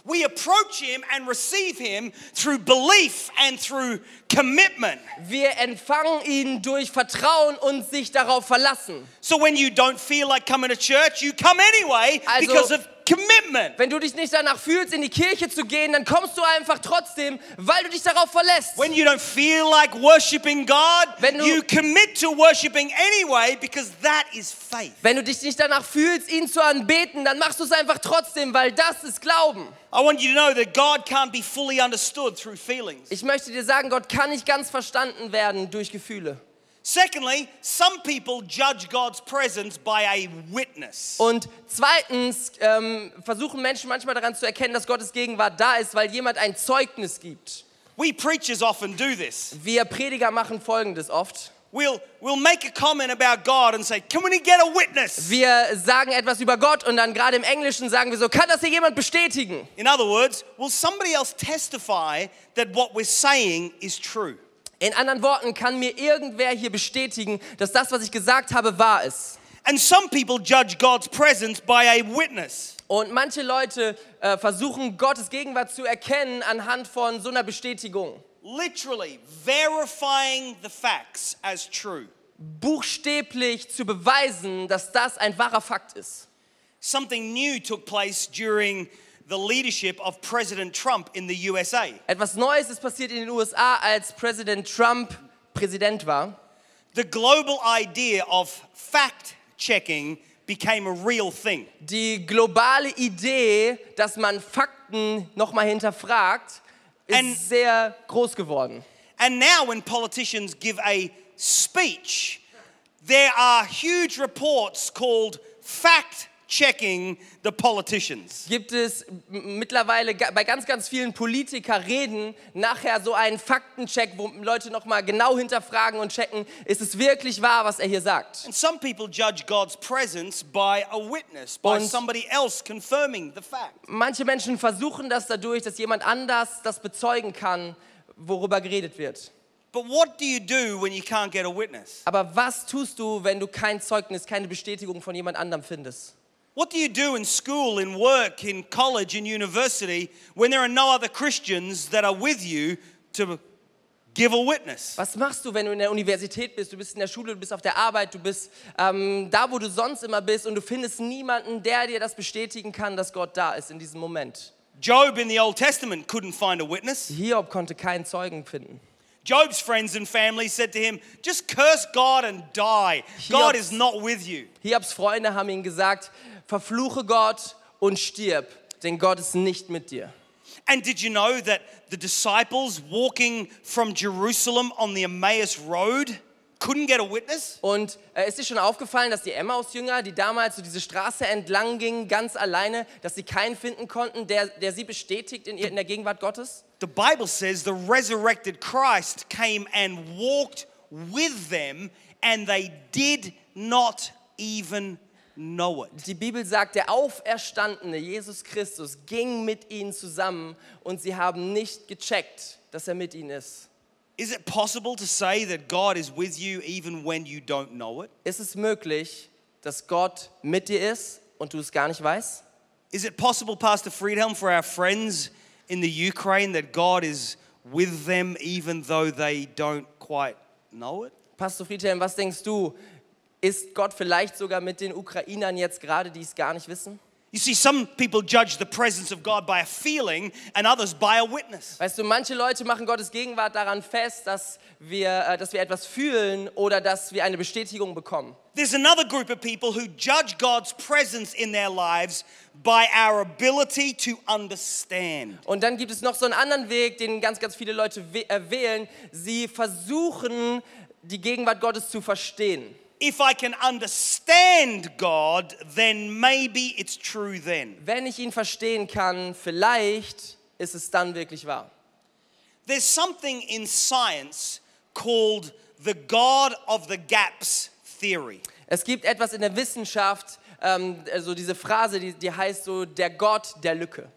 S2: we approach him and receive him through belief and through commitment.
S3: wir empfangen ihn durch Vertrauen und sich darauf verlassen.
S2: So when you don't feel like coming to church, you come anyway
S3: Also-
S2: because of commitment.
S3: Wenn du dich nicht danach fühlst, in die Kirche zu gehen, dann kommst du einfach trotzdem, weil du dich darauf verlässt.
S2: When you don't feel like worshiping God,
S3: Wenn du-
S2: you commit to worshiping anyway because that is faith.
S3: Wenn du dich nicht danach fühlst, ihn zu anbeten, dann machst du es einfach trotzdem, weil das ist Glauben.
S2: I want you to know that God can't be fully understood through feelings.
S3: Ich möchte dir sagen, Gott kann nicht ganz verstanden werden durch Gefühle.
S2: Secondly, some people judge God's presence by a witness.
S3: Und zweitens ähm, versuchen Menschen manchmal daran zu erkennen, dass Gottes Gegenwart da ist, weil jemand ein Zeugnis gibt.
S2: We preachers often do this.
S3: Wir Prediger machen Folgendes oft.
S2: We'll, we'll make a comment about God and say, Can we get a witness?
S3: Wir sagen etwas über Gott und dann gerade im Englischen sagen wir so, kann das hier jemand bestätigen?
S2: In other words, will somebody else testify that what we're saying is true?
S3: In anderen Worten, kann mir irgendwer hier bestätigen, dass das, was ich gesagt habe, wahr ist?
S2: And some people judge God's presence by a witness.
S3: Und manche Leute äh, versuchen, Gottes Gegenwart zu erkennen anhand von so einer Bestätigung.
S2: Literally verifying the facts as true.
S3: Buchstäblich zu beweisen, dass das ein wahrer Fakt ist.
S2: Something new took place during the leadership of President Trump in the USA.
S3: Etwas Neues ist passiert in den USA, als Präsident Trump Präsident war.
S2: The global idea of fact checking became a real thing.
S3: Die globale Idee, dass man Fakten nochmal hinterfragt, ist
S2: Ein-
S3: sehr groß geworden.
S2: And now, when politicians give a speech, there are huge reports called fact checking the politicians.
S3: Gibt es m- mittlerweile ga- bei ganz, ganz vielen Politikerreden nachher so einen Faktencheck, wo Leute nochmal genau hinterfragen und checken, ist es wirklich wahr, was er hier sagt?
S2: And some people judge God's presence by a witness, by
S3: Und-
S2: somebody else confirming the fact.
S3: Manche Menschen versuchen das dadurch, dass jemand anders das bezeugen kann, worüber geredet wird.
S2: But what do you do when you can't get a witness?
S3: Aber was tust du, wenn du kein Zeugnis, keine Bestätigung von jemand anderem findest?
S2: What do you do in school, in work, in college, in university when there are no other Christians that are with you to give a witness?
S3: Was machst du, wenn du in der Universität bist? Du bist in der Schule, du bist auf der Arbeit, du bist ähm, da, wo du sonst immer bist und du findest niemanden, der dir das bestätigen kann, dass Gott da ist in diesem Moment.
S2: Job in the Old Testament couldn't find a witness.
S3: Hiob konnte keinen Zeugen finden.
S2: Job's friends and family said to him, Just curse God and die. God is not with you.
S3: Hiobs Freunde haben ihm gesagt, verfluche Gott und stirb, denn Gott ist nicht mit dir.
S2: And did you know that the disciples walking from Jerusalem on the Emmaus Road couldn't get a witness?
S3: Und äh, ist dir schon aufgefallen, dass die Emmaus-Jünger, die damals so diese Straße entlang gingen, ganz alleine, dass sie keinen finden konnten, der, der sie bestätigt in, ihr, in der Gegenwart Gottes?
S2: The Bible says the resurrected Christ came and walked with them, and they did not even know it.
S3: Die Bibel sagt, der auferstandene Jesus Christus ging mit ihnen zusammen und sie haben nicht gecheckt, dass er mit ihnen ist.
S2: Is it possible to say that God is with you even when you don't know it?
S3: Ist es möglich, dass Gott mit dir ist und du es gar nicht weißt?
S2: Is it possible, Pastor Friedhelm, for our friends in the Ukraine that God is with them even though they don't quite know it?
S3: Pastor Friedhelm, was denkst du? Ist Gott vielleicht sogar mit den Ukrainern jetzt gerade, die es gar nicht wissen?
S2: You see, some people judge the presence of God by a feeling and others by a witness.
S3: Weißt du, manche Leute machen Gottes Gegenwart daran fest, dass wir, äh, dass wir etwas fühlen oder dass wir eine Bestätigung bekommen.
S2: There's another group of people who judge God's presence in their lives by our ability to understand.
S3: Und dann gibt es noch so einen anderen Weg, den ganz, ganz viele Leute we- äh, wählen. Sie versuchen, die Gegenwart Gottes zu verstehen.
S2: If I can understand God, then maybe it's true then.
S3: Wenn ich ihn verstehen kann, vielleicht ist es dann wirklich wahr.
S2: There's something in science called the God of the gaps theory.
S3: Es gibt etwas in der Wissenschaft, ähm, also diese Phrase, die, die heißt so, der Gott der Lücke.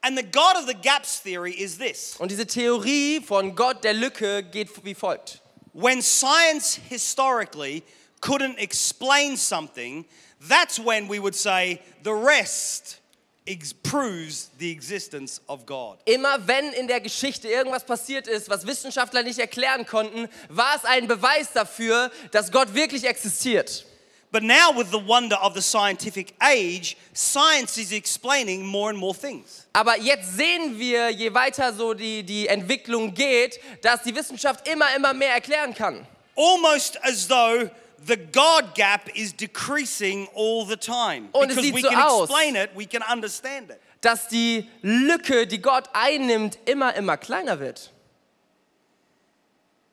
S2: And the God of the gaps theory is this.
S3: Und diese Theorie von Gott der Lücke geht wie folgt.
S2: When science historically couldn't explain something, that's when we would say the rest ex- proves the existence of God.
S3: Immer wenn in der Geschichte irgendwas passiert ist, was Wissenschaftler nicht erklären konnten, war es ein Beweis dafür, dass Gott wirklich existiert.
S2: But now, with the wonder of the scientific age, science is explaining more and more things.
S3: Aber jetzt sehen wir, je weiter so die, die Entwicklung geht, dass die Wissenschaft immer, immer mehr erklären kann.
S2: Almost as though the God gap is decreasing all the time.
S3: Und es
S2: because
S3: sieht
S2: we
S3: so
S2: can
S3: aus.
S2: explain it, we can understand it.
S3: Dass die Lücke, die Gott einnimmt, immer, immer kleiner wird.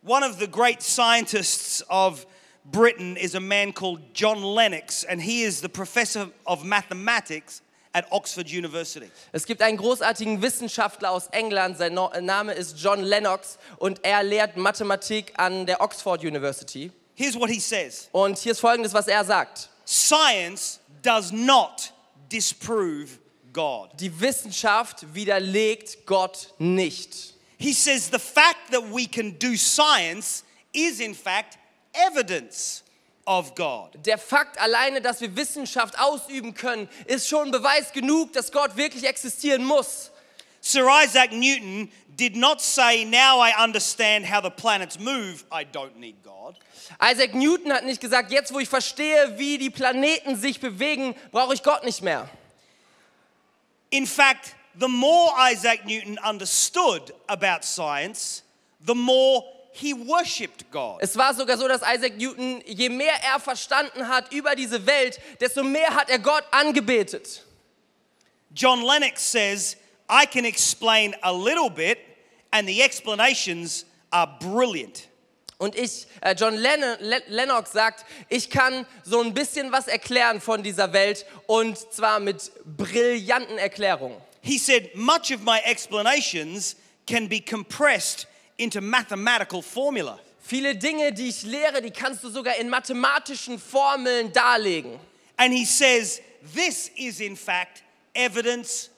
S2: One of the great scientists of Britain is a man called John Lennox, and he is the professor of mathematics at Oxford University.
S3: Es gibt einen großartigen Wissenschaftler aus England, sein No- Name ist John Lennox und er lehrt Mathematik an der Oxford University.
S2: Here's what he says
S3: Und hier ist folgendes, was er sagt.
S2: Science does not disprove God.
S3: Die Wissenschaft widerlegt Gott nicht.
S2: He says the fact that we can do science is, in fact, evidence of God.
S3: Der Fakt alleine, dass wir Wissenschaft ausüben können, ist schon Beweis genug, dass Gott wirklich existieren muss.
S2: Sir Isaac Newton did not say, Now I understand how the planets move, I don't need God.
S3: Isaac Newton hat nicht gesagt, jetzt wo ich verstehe, wie die Planeten sich bewegen, brauche ich Gott nicht mehr.
S2: In fact, the more Isaac Newton understood about science, the more he worshipped God.
S3: Es war sogar so, dass Isaac Newton, je mehr er verstanden hat über diese Welt, desto mehr hat er Gott angebetet.
S2: John Lennox says, I can explain a little bit, and the explanations are brilliant.
S3: Und ich, äh, John Lennon, Le Lennox sagt, ich kann so ein bisschen was erklären von dieser Welt und zwar mit brillanten Erklärungen.
S2: He said, Much of my explanations can be compressed into mathematical formula.
S3: Viele Dinge, die ich lehre, die kannst du sogar in mathematischen Formeln darlegen.
S2: And he says, This is in fact evidence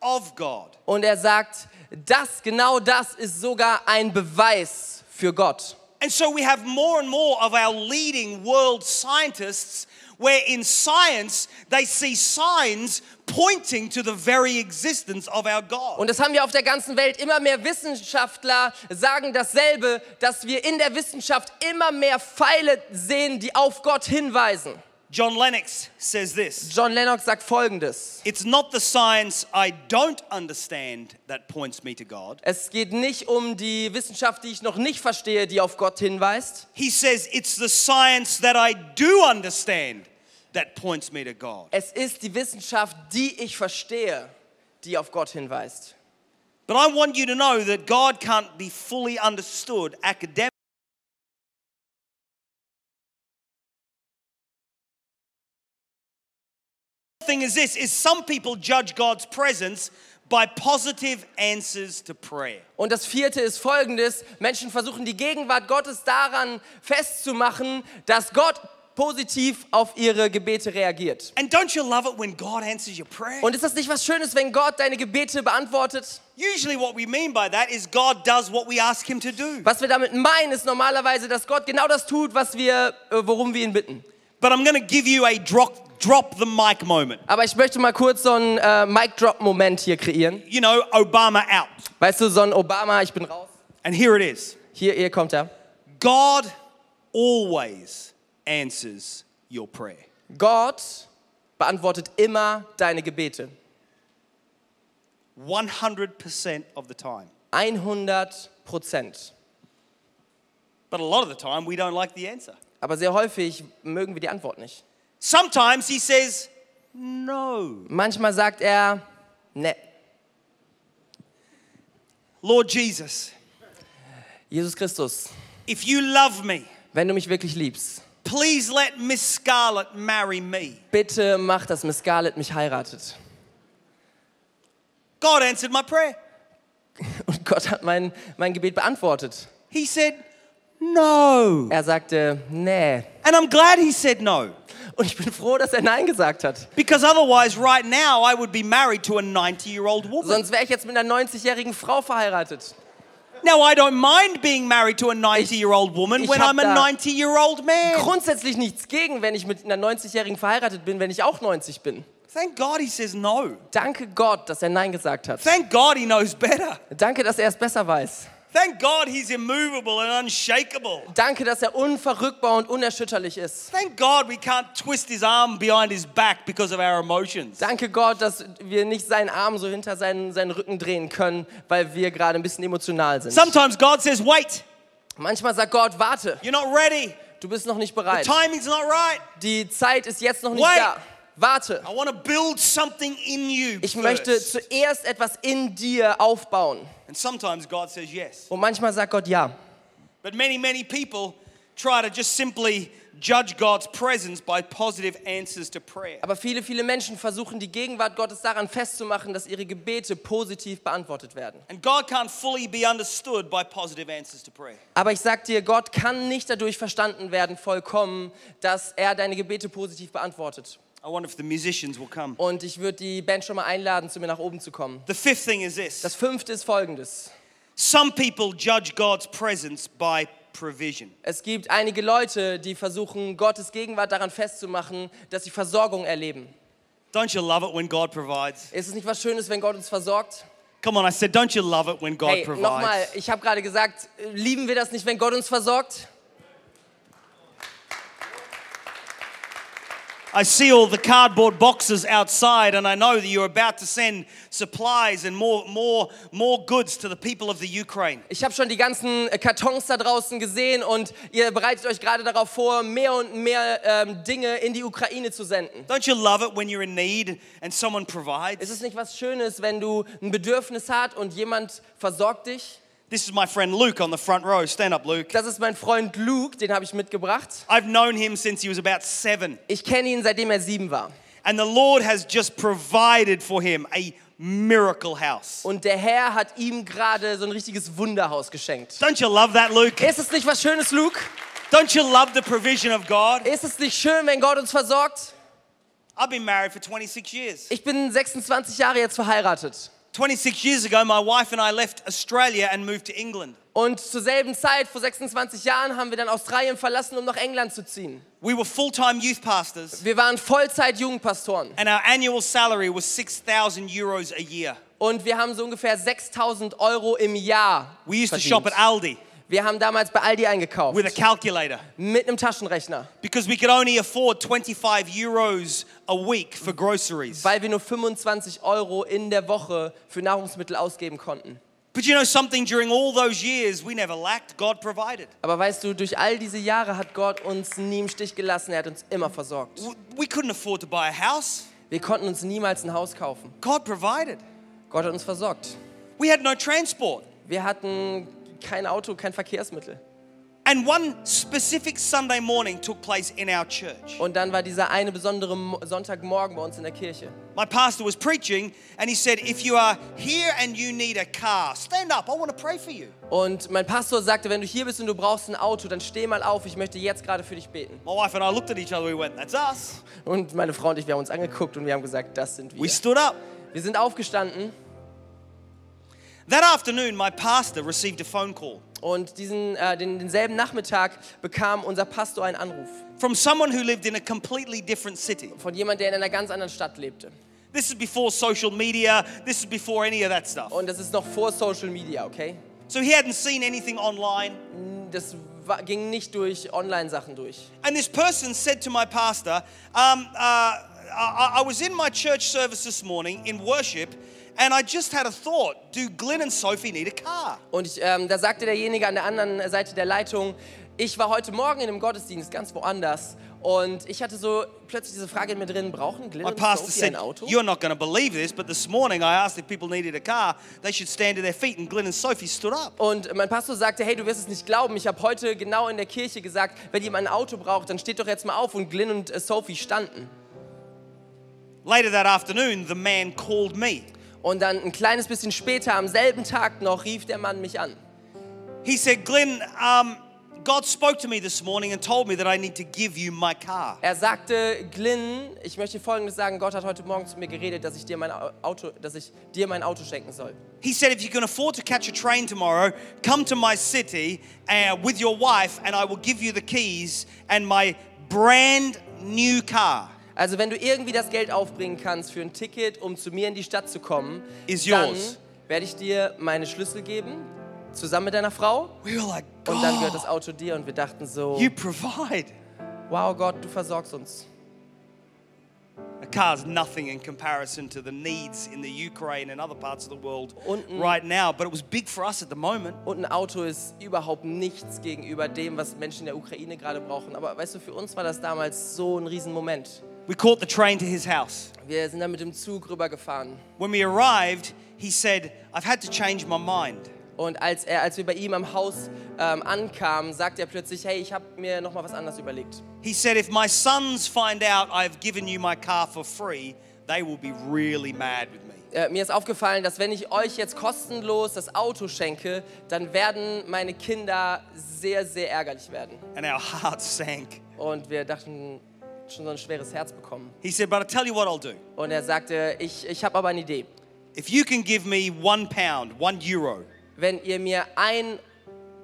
S2: of God.
S3: Und er sagt, das, genau das ist sogar ein Beweis für Gott.
S2: And so we have more and more of our leading world scientists where in science they see signs pointing to the very existence of our God.
S3: Und das haben wir auf der ganzen Welt. Immer mehr Wissenschaftler sagen dasselbe, dass wir in der Wissenschaft immer mehr Pfeile sehen, die auf Gott hinweisen.
S2: John Lennox says this
S3: John Lennox sagt folgendes.
S2: It's not the science I don't understand that points me to God.
S3: Es geht nicht um die Wissenschaft, die ich noch nicht verstehe, die auf Gott hinweist.
S2: He says it's the science that I do understand that points me to God.
S3: Es ist die Wissenschaft, die ich verstehe, die auf Gott hinweist.
S2: But I want you to know that God can't be fully understood academically. thing is this is some people judge God's presence by positive answers to prayer.
S3: Und das vierte ist folgendes. Menschen versuchen die Gegenwart Gottes daran festzumachen, dass Gott positiv auf ihre Gebete reagiert.
S2: And don't you love it when God answers your prayer?
S3: Und ist das nicht was Schönes, wenn Gott deine Gebete beantwortet?
S2: Usually what we mean by that is God does what we ask him to do.
S3: Was wir damit meinen, ist normalerweise, dass Gott genau das tut, was wir, äh, worum wir ihn bitten.
S2: But I'm going to give you a drop drop the mic moment.
S3: Aber ich möchte mal kurz so einen äh, Mic-Drop-Moment hier kreieren.
S2: You know, Obama out.
S3: Weißt du, so ein Obama, ich bin raus.
S2: And here it is.
S3: Hier, hier kommt er.
S2: God always answers your prayer.
S3: Gott beantwortet immer deine Gebete.
S2: 100% of the time.
S3: 100 Prozent.
S2: But a lot of the time, we don't like the answer.
S3: Aber sehr häufig mögen wir die Antwort nicht.
S2: Sometimes he says, No.
S3: Manchmal sagt er, ne.
S2: Lord Jesus,
S3: Jesus Christus,
S2: if you love me,
S3: wenn du mich wirklich liebst,
S2: please let Miss Scarlet marry me.
S3: bitte mach, dass Miss Scarlett mich heiratet.
S2: God answered my prayer.
S3: Und Gott hat mein, mein Gebet beantwortet.
S2: He said, No.
S3: Er sagte, nee.
S2: And I'm glad he said no,
S3: Und ich bin froh, dass er Nein gesagt hat.
S2: because otherwise, right now, I would be married to a 90 year old woman.
S3: Sonst wäre ich jetzt mit einer 90-jährigen Frau verheiratet.
S2: Now, I don't mind being married to a 90 year old woman
S3: ich
S2: when
S3: hab
S2: I'm a
S3: da-
S2: 90 year old man.
S3: Grundsätzlich nichts gegen, wenn ich mit einer 90-jährigen verheiratet bin, wenn ich auch 90 bin.
S2: Thank God he says no.
S3: Danke Gott, dass er Nein gesagt hat.
S2: Thank God he knows better.
S3: Danke, dass er es besser weiß.
S2: Thank God he's immovable and unshakable.
S3: Danke, dass er unverrückbar und unerschütterlich ist.
S2: Thank God we can't twist his arm behind his back because of our emotions.
S3: Danke Gott, dass wir nicht seinen Arm so hinter seinen, seinen Rücken drehen können, weil wir gerade ein bisschen emotional sind.
S2: Sometimes God says, wait,
S3: Manchmal sagt Gott, warte,
S2: you're not ready.
S3: du bist noch nicht
S2: The
S3: bereit.
S2: timing's not right.
S3: Die Zeit ist jetzt noch nicht
S2: Wait.
S3: da. Warte,
S2: I want to build something in you.
S3: ich möchte
S2: first."
S3: zuerst etwas in dir aufbauen.
S2: And sometimes God says yes.
S3: Und manchmal sagt Gott ja.
S2: But many, many people try to just simply judge God's presence by positive answers to prayer.
S3: Aber viele, viele Menschen versuchen die Gegenwart Gottes daran festzumachen, dass ihre Gebete positiv beantwortet werden.
S2: And God can't fully be understood by positive answers to prayer.
S3: Aber ich sag dir, Gott kann nicht dadurch verstanden werden vollkommen, dass er deine Gebete positiv beantwortet.
S2: I wonder if the musicians will come.
S3: Und ich würde die Band schon mal einladen, zu mir nach oben zu kommen.
S2: The fifth thing is this.
S3: Das fünfte ist folgendes.
S2: Some people judge God's presence by provision.
S3: Es gibt einige Leute, die versuchen, Gottes Gegenwart daran festzumachen, dass sie Versorgung erleben.
S2: Don't you love it when God provides?
S3: Ist es nicht was Schönes, wenn Gott uns versorgt?
S2: Come on, I said, don't you love it when God
S3: Hey, nochmal,
S2: provides?
S3: ich habe gerade gesagt, lieben wir das nicht, wenn Gott uns versorgt?
S2: I see all the cardboard boxes outside, and I know that you're about to send supplies and more, more, more goods to the people of the Ukraine.
S3: Ich habe schon die ganzen äh, Kartons da draußen gesehen und ihr bereitet euch gerade darauf vor, mehr und mehr ähm, Dinge in die Ukraine zu senden.
S2: Don't you love it when you're in need and someone
S3: Ist
S2: provides?
S3: es nicht was Schönes, wenn du ein Bedürfnis hast und jemand versorgt dich?
S2: This is my friend Luke on the front row. Stand up, Luke.
S3: Das ist mein Freund Luke, den habe ich mitgebracht.
S2: I've known him since he was about seven,
S3: Ich kenne ihn, seitdem er sieben war.
S2: and the Lord has just provided for him a miracle house.
S3: Und der Herr hat ihm gerade so ein richtiges Wunderhaus geschenkt.
S2: Don't you love that, Luke?
S3: Ist es nicht was Schönes, Luke?
S2: Don't you love the provision of God?
S3: Ist es nicht schön, wenn Gott uns versorgt?
S2: I've been married for 26 years.
S3: Ich bin 26 Jahre jetzt verheiratet.
S2: 26 years ago, my wife and I left Australia and moved to England.
S3: Und zur selben Zeit, vor 26 Jahren, haben wir dann Australien verlassen, um nach England zu ziehen.
S2: We were full time youth pastors,
S3: Wir waren Vollzeit-Jugendpastoren
S2: and our annual salary was 6,000 euros a year.
S3: und wir haben so ungefähr 6000 Euro im Jahr.
S2: We used to
S3: verdient.
S2: shop at Aldi
S3: Wir haben damals bei Aldi eingekauft.
S2: with a calculator
S3: Mit einem Taschenrechner,
S2: because we could only afford 25 euros a week for groceries.
S3: weil wir nur 25 Euro in der Woche für Nahrungsmittel ausgeben konnten.
S2: But you know something, during all those years, we never lacked, God provided.
S3: Aber weißt du, durch all diese Jahre hat Gott uns nie im Stich gelassen. Er hat uns immer versorgt.
S2: W- We couldn't afford to buy a house,
S3: Wir konnten uns niemals ein Haus kaufen.
S2: God provided.
S3: Gott hat uns versorgt.
S2: We had no transport.
S3: Wir hatten kein Auto, kein Verkehrsmittel.
S2: And one specific Sunday morning took place in our church.
S3: Und dann war dieser eine besondere Mo- Sonntagmorgen bei uns in der Kirche.
S2: My pastor was preaching and he said, If you are here and you need a car, stand up. I want to pray for you.
S3: Und mein Pastor sagte, wenn du hier bist und du brauchst ein Auto, dann steh mal auf, ich möchte jetzt gerade für dich beten.
S2: My wife and I looked at each other. We went, That's us.
S3: Und meine Frau und ich, wir haben uns angeguckt und wir haben gesagt, das sind
S2: We
S3: wir.
S2: stood up.
S3: Wir sind aufgestanden
S2: That afternoon, my pastor received a phone call
S3: und diesen, äh, den, denselben Nachmittag bekam unser Pastor einen Anruf
S2: from someone who lived in a completely different city.
S3: von jemandem, der in einer ganz anderen Stadt lebte.
S2: This is before social media, this is before any of that stuff.
S3: Und das ist noch vor Social Media, okay?
S2: So he hadn't seen anything online.
S3: Das wa- ging nicht durch Online-Sachen durch.
S2: And this person said to my pastor, um, uh, I, I was in my church service this morning in worship, and I just had a thought do Glenn and Sophie need a car?
S3: Und ich, ähm, da sagte derjenige an der anderen Seite der Leitung, ich war heute Morgen in einem Gottesdienst ganz woanders und ich hatte so plötzlich diese Frage in mir drin, brauchen Glenn
S2: My
S3: und
S2: pastor
S3: Sophie
S2: said,
S3: ein Auto?
S2: You're not going to believe this, but this morning I asked if people needed a car, they should stand to their feet, and Glenn and Sophie stood up.
S3: Und mein Pastor sagte, hey, du wirst es nicht glauben, ich habe heute genau in der Kirche gesagt, wenn jemand ein Auto braucht, dann steht doch jetzt mal auf und Glenn und äh, Sophie standen.
S2: Later that afternoon, the man called me.
S3: Und dann ein kleines bisschen später, am selben Tag noch, rief der Mann mich an.
S2: He said, Glenn, um, God spoke to me this morning and told me that I need to give you my car.
S3: Er sagte, Glyn, ich möchte dir Folgendes sagen, Gott hat heute Morgen zu mir geredet, dass ich dir mein Au- Auto, dass ich dir mein Auto schenken soll.
S2: He said, if you can afford to catch a train tomorrow, come to my city uh, with your wife, and I will give you the keys and my brand new car.
S3: Also wenn du irgendwie das Geld aufbringen kannst für ein Ticket, um zu mir in die Stadt zu kommen,
S2: Is
S3: dann
S2: yours.
S3: werde ich dir meine Schlüssel geben, zusammen mit deiner Frau.
S2: We were like,
S3: Und dann gehört das
S2: God,
S3: Auto dir und wir dachten so,
S2: you provide.
S3: wow Gott, du versorgst uns.
S2: A car's nothing in comparison to the needs in the Ukraine and other parts of the world
S3: Und ein-
S2: right now, but it was big for us at the moment.
S3: Und ein Auto ist überhaupt nichts gegenüber dem, was Menschen in der Ukraine gerade brauchen. Aber weißt du, für uns war das damals so ein Riesenmoment.
S2: We caught the train to his house.
S3: Wir sind dann mit dem Zug rübergefahren.
S2: When we arrived, he said, I've had to change my mind.
S3: Und als, er, als wir bei ihm am Haus ähm, ankamen, sagt er plötzlich, hey, ich habe mir nochmal was anderes überlegt.
S2: He said, If my sons find out I've given you my car for free, they will be really mad with me.
S3: Äh, mir ist aufgefallen, dass wenn ich euch jetzt kostenlos das Auto schenke, dann werden meine Kinder sehr, sehr ärgerlich werden.
S2: And our (laughs) hearts sank.
S3: Und wir dachten, schon so ein schweres Herz bekommen.
S2: He said, But I'll tell you what I'll do.
S3: Und er sagte, ich, ich habe aber eine Idee.
S2: If you can give me one pound, one euro,
S3: Wenn ihr mir ein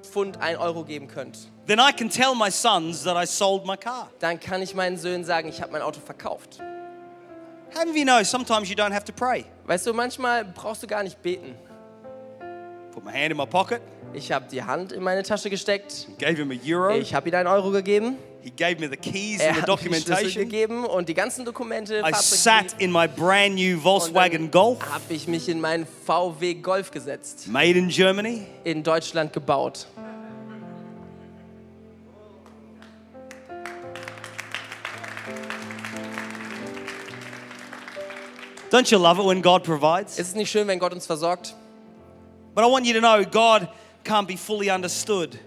S3: Pfund, ein Euro geben könnt,
S2: then I can tell my sons that I sold my car.
S3: dann kann ich meinen Söhnen sagen, ich habe mein Auto verkauft.
S2: How many of you know sometimes you don't have to pray?
S3: Weißt du, manchmal brauchst du gar nicht beten.
S2: Put my hand in my pocket,
S3: Ich habe die Hand in meine Tasche gesteckt.
S2: gave him a euro,
S3: Ich habe ihm einen Euro gegeben.
S2: he gave me the keys
S3: Er (laughs)
S2: and the
S3: hat mir die
S2: documentation.
S3: Schlüssel gegeben und die ganzen Dokumente.
S2: I
S3: Fahrzeugkredit.
S2: sat in my brand new
S3: Und dann
S2: Volkswagen Golf,
S3: habe ich mich in meinen VW Golf gesetzt,
S2: made in Germany.
S3: in Deutschland gebaut.
S2: Don't you love it when God provides?
S3: Ist es nicht schön, wenn Gott uns versorgt?
S2: But I want you to know God can't be fully understood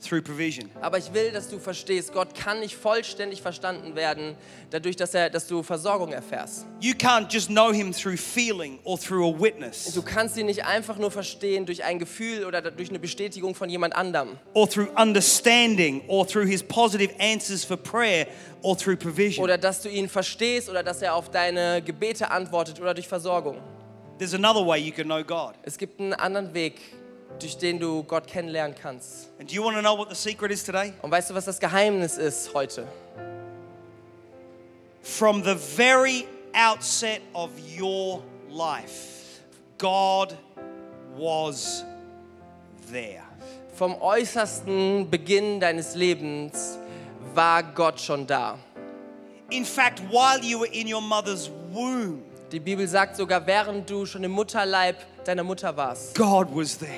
S2: through provision.
S3: Aber ich will, dass du verstehst, Gott kann nicht vollständig verstanden werden, dadurch, dass, er, dass du Versorgung erfährst.
S2: You can't just know Him through feeling or through a witness
S3: Du kannst ihn nicht einfach nur verstehen durch ein Gefühl oder da- durch eine Bestätigung von jemand anderem
S2: or through understanding or through His positive answers for prayer or through provision.
S3: oder dass du ihn verstehst oder dass er auf deine Gebete antwortet oder durch Versorgung.
S2: There's another way you can know God.
S3: Es gibt einen anderen Weg, durch den du Gott kennenlernen kannst.
S2: And do you want to know what the secret is today?
S3: Und weißt du, was das Geheimnis ist heute?
S2: From the very outset of your life, God was there.
S3: Vom äußersten Beginn deines Lebens war Gott schon da.
S2: In fact, while you were in your mother's womb,
S3: Die Bibel sagt sogar, während du schon im Mutterleib deiner Mutter warst,
S2: God was there.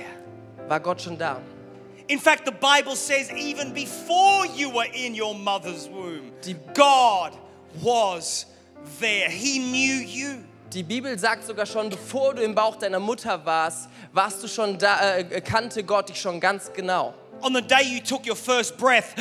S3: war Gott schon da.
S2: In fact, the Bible says even before you were in your mother's womb,
S3: Die-
S2: God was there. He knew you.
S3: Die Bibel sagt sogar schon, bevor du im Bauch deiner Mutter warst, warst du schon da, äh, kannte Gott dich schon ganz genau.
S2: On the day you took your first breath, (gasps)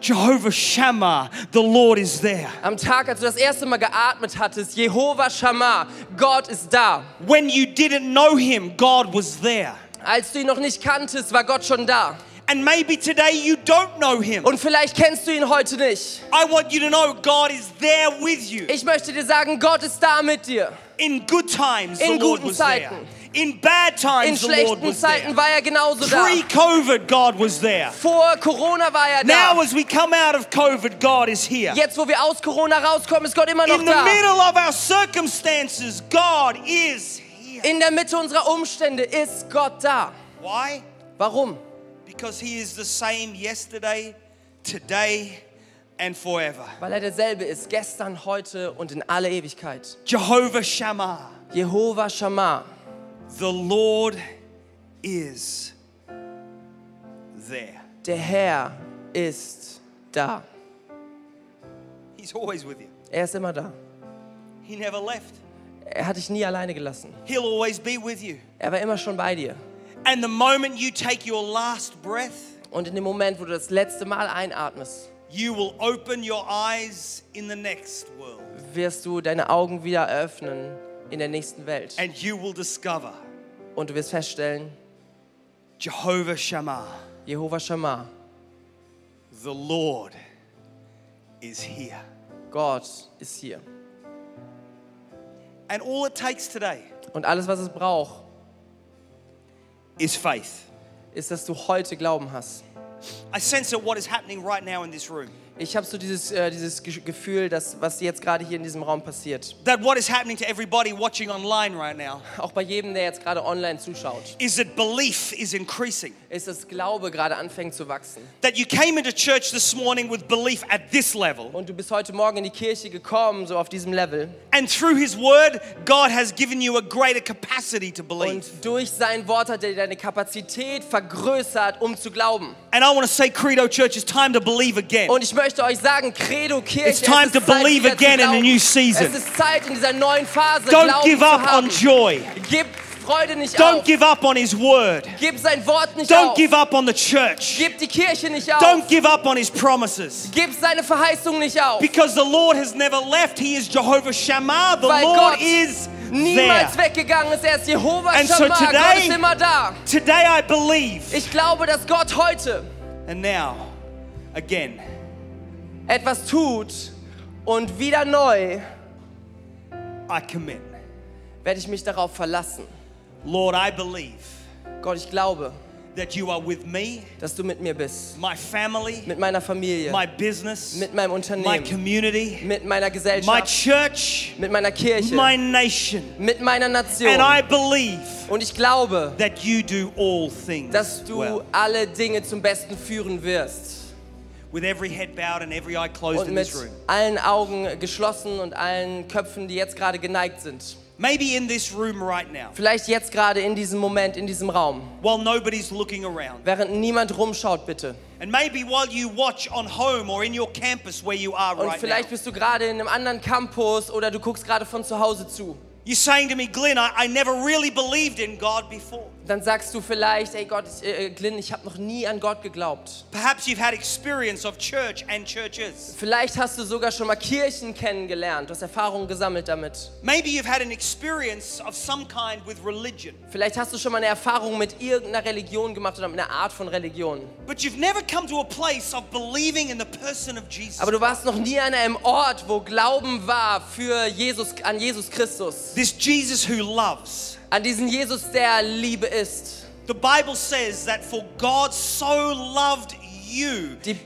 S2: Jehovah Shammah, the Lord is there.
S3: Am Tag, als du das erste Mal geatmet hattest, Jehova Shammah, Gott ist da.
S2: When you didn't know him, God was there.
S3: Als du ihn noch nicht kanntest, war Gott schon da.
S2: And maybe today you don't know him.
S3: Und vielleicht kennst du ihn heute nicht.
S2: I want you to know God is there with you.
S3: Ich möchte dir sagen, Gott ist da mit dir.
S2: In good times, the
S3: In
S2: Lord
S3: guten
S2: was
S3: Zeiten.
S2: there. In bad
S3: In
S2: times, the Lord
S3: schlechten
S2: was
S3: Zeiten
S2: there.
S3: war er genauso da.
S2: Pre-COVID, God was there.
S3: Vor Corona war er
S2: Now,
S3: da.
S2: as we come out of COVID, God is here.
S3: Jetzt, wo wir aus Corona rauskommen, ist Gott immer noch
S2: In the
S3: da.
S2: middle of our circumstances, God is here.
S3: In der Mitte unserer Umstände ist Gott da.
S2: Why?
S3: Warum?
S2: because he is the same yesterday, today, and forever.
S3: weil er derselbe ist, gestern, heute und in alle Ewigkeit.
S2: Jehovah Shammah,
S3: Jehova Shammah,
S2: the Lord is there.
S3: der Herr ist da.
S2: He's always with you.
S3: Er ist immer da.
S2: He never left.
S3: Er hat dich nie alleine gelassen.
S2: He'll always be with you.
S3: Er war immer schon bei dir.
S2: And the moment you take your last breath,
S3: Und in dem Moment, wo du das letzte Mal einatmest,
S2: you will open your eyes in the next world
S3: wirst du deine Augen wieder eröffnen in der nächsten Welt.
S2: and you will discover
S3: Und du wirst feststellen,
S2: Jehovah Shammah,
S3: Jehova Shammah,
S2: the Lord is here.
S3: Gott ist hier.
S2: And all it takes today
S3: Und alles, was es braucht,
S2: is faith.
S3: ist, dass du heute Glauben hast.
S2: I sense that what is happening right now in this room,
S3: Ich habe so dieses, äh, dieses Ge- Gefühl, dass was jetzt gerade hier in diesem Raum passiert,
S2: that what is happening to everybody watching online right now,
S3: auch bei jedem, der jetzt gerade online zuschaut,
S2: is that belief is increasing.
S3: ist, dass Glaube gerade anfängt zu wachsen.
S2: That you came into church this morning with belief at this level,
S3: Und du bist heute Morgen in die Kirche gekommen, so auf diesem Level.
S2: and through His Word, God has given you a greater capacity to believe.
S3: Und durch sein Wort hat er deine Kapazität vergrößert, um zu glauben.
S2: And I want to say, Credo Church, it's time to believe again.
S3: Und ich möchte euch sagen, Credo Kirche,
S2: It's time
S3: es ist
S2: to
S3: Zeit,
S2: believe
S3: wieder zu
S2: again in a
S3: glauben.
S2: new season.
S3: Es ist Zeit, in dieser neuen Phase
S2: Don't
S3: Glauben
S2: give
S3: zu
S2: up
S3: haben.
S2: on joy.
S3: Gib Freude nicht
S2: Don't
S3: auf.
S2: give up on His Word.
S3: Gib sein Wort nicht
S2: Don't
S3: auf.
S2: give up on the church.
S3: Gib die Kirche nicht auf.
S2: Don't give up on His promises.
S3: Gib seine Verheißung nicht auf.
S2: Because the Lord has never left. He is Jehovah Shammah. The
S3: Weil
S2: Lord
S3: Gott
S2: is there.
S3: Niemals weggegangen ist. Er ist Jehova
S2: And so
S3: Shammah. Gott
S2: today-
S3: ist immer da.
S2: Today I believe.
S3: Ich glaube, dass Gott heute
S2: And now, again,
S3: etwas tut und wieder neu
S2: I commit.
S3: werde ich mich darauf verlassen.
S2: Lord, I believe
S3: Gott, ich glaube,
S2: that you are with me,
S3: dass du mit mir bist.
S2: my family,
S3: Mit meiner Familie,
S2: my business,
S3: mit meinem
S2: my
S3: Unternehmen,
S2: community,
S3: mit meiner
S2: my
S3: Gesellschaft,
S2: church,
S3: mit meiner Kirche,
S2: my nation.
S3: mit meiner Nation.
S2: And I believe
S3: Und ich glaube,
S2: that you do all things
S3: dass du
S2: well.
S3: alle Dinge zum Besten führen wirst.
S2: With every head bowed and every eye closed
S3: Und
S2: in
S3: mit
S2: this room.
S3: allen Augen geschlossen und allen Köpfen, die jetzt gerade geneigt sind.
S2: Maybe in this room right now,
S3: Vielleicht jetzt gerade in diesem Moment, in diesem Raum.
S2: while nobody's looking around,
S3: Während niemand rumschaut, bitte.
S2: and maybe while you watch on home or in your campus where you are
S3: Und
S2: right
S3: vielleicht
S2: now,
S3: bist du gerade in einem anderen Campus oder du guckst gerade von zu Hause zu.
S2: you're saying to me, Glenn, I, I never really believed in God before.
S3: Dann sagst du vielleicht, ey Gott, ich, äh, Glyn, ich habe noch nie an Gott geglaubt.
S2: Perhaps you've had experience of church and churches.
S3: Vielleicht hast du sogar schon mal Kirchen kennengelernt, du hast Erfahrungen gesammelt damit.
S2: Maybe you've had an experience of some kind with religion,
S3: Vielleicht hast du schon mal eine Erfahrung mit irgendeiner Religion gemacht oder mit einer Art von Religion.
S2: but you've never come to a place of believing in the person of Jesus.
S3: Aber du warst noch nie an einem Ort, wo Glauben war für Jesus, an Jesus Christus.
S2: This Jesus who loves.
S3: An diesen Jesus, der Liebe ist.
S2: The Bible says that for God so loved you,
S3: Die,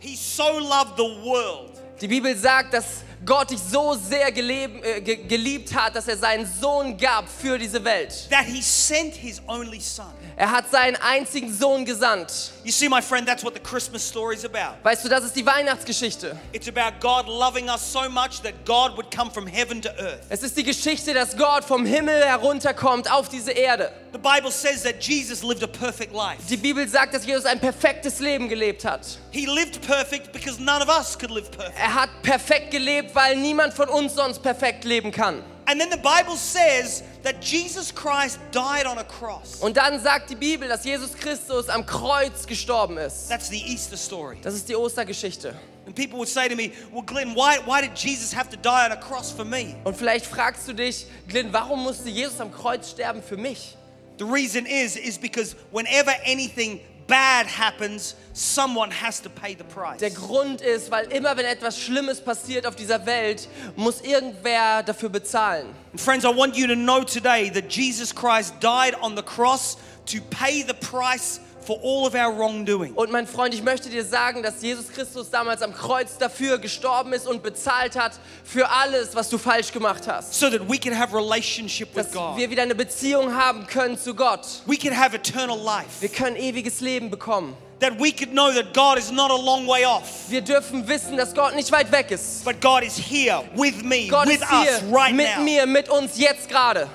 S2: He so loved the world
S3: die Bibel sagt, dass Gott dich so sehr geleb, äh, ge, geliebt hat, dass er seinen Sohn gab für diese Welt.
S2: that He sent His only Son.
S3: Er hat seinen einzigen Sohn gesandt.
S2: You see, my friend, that's what the Christmas story is about.
S3: Weißt du, das ist die Weihnachtsgeschichte.
S2: It's about God loving us so much that God would come from heaven to earth.
S3: Es ist die Geschichte, dass Gott vom Himmel herunterkommt auf diese Erde.
S2: The Bible says that Jesus lived a perfect life.
S3: Die Bibel sagt, dass Jesus ein perfektes Leben gelebt hat.
S2: He lived perfect because none of us could live perfect.
S3: Er hat perfekt gelebt, weil niemand von uns sonst perfekt leben kann.
S2: And then the Bible says that Jesus Christ died on a cross.
S3: Und dann sagt die Bibel, dass Jesus Christus am Kreuz gestorben ist.
S2: That's the Easter story.
S3: Das ist die Ostergeschichte.
S2: And people would say to me, Well, Glenn, why, why did Jesus have to die on a cross for me?
S3: Und vielleicht fragst du dich, Glyn, warum musste Jesus am Kreuz sterben für mich?
S2: The reason is is because whenever anything bad happens, someone has to pay the price.
S3: Der Grund ist, weil immer wenn etwas Schlimmes passiert auf dieser Welt, muss irgendwer dafür bezahlen.
S2: And friends, I want you to know today that Jesus Christ died on the cross to pay the price for all of our wrongdoing.
S3: Und mein Freund, ich möchte dir sagen, dass Jesus Christus damals am Kreuz dafür gestorben ist und bezahlt hat für alles, was du falsch gemacht hast.
S2: So that we can have relationship with
S3: Dass
S2: God.
S3: wir wieder eine Beziehung haben können zu Gott.
S2: We can have eternal life.
S3: Wir können ewiges Leben bekommen.
S2: That we could know that God is not a long way off.
S3: Wir dürfen wissen, dass Gott nicht weit weg ist.
S2: But God is here with me,
S3: Gott
S2: with
S3: ist hier
S2: us right
S3: mit
S2: now.
S3: mir, mit uns jetzt gerade.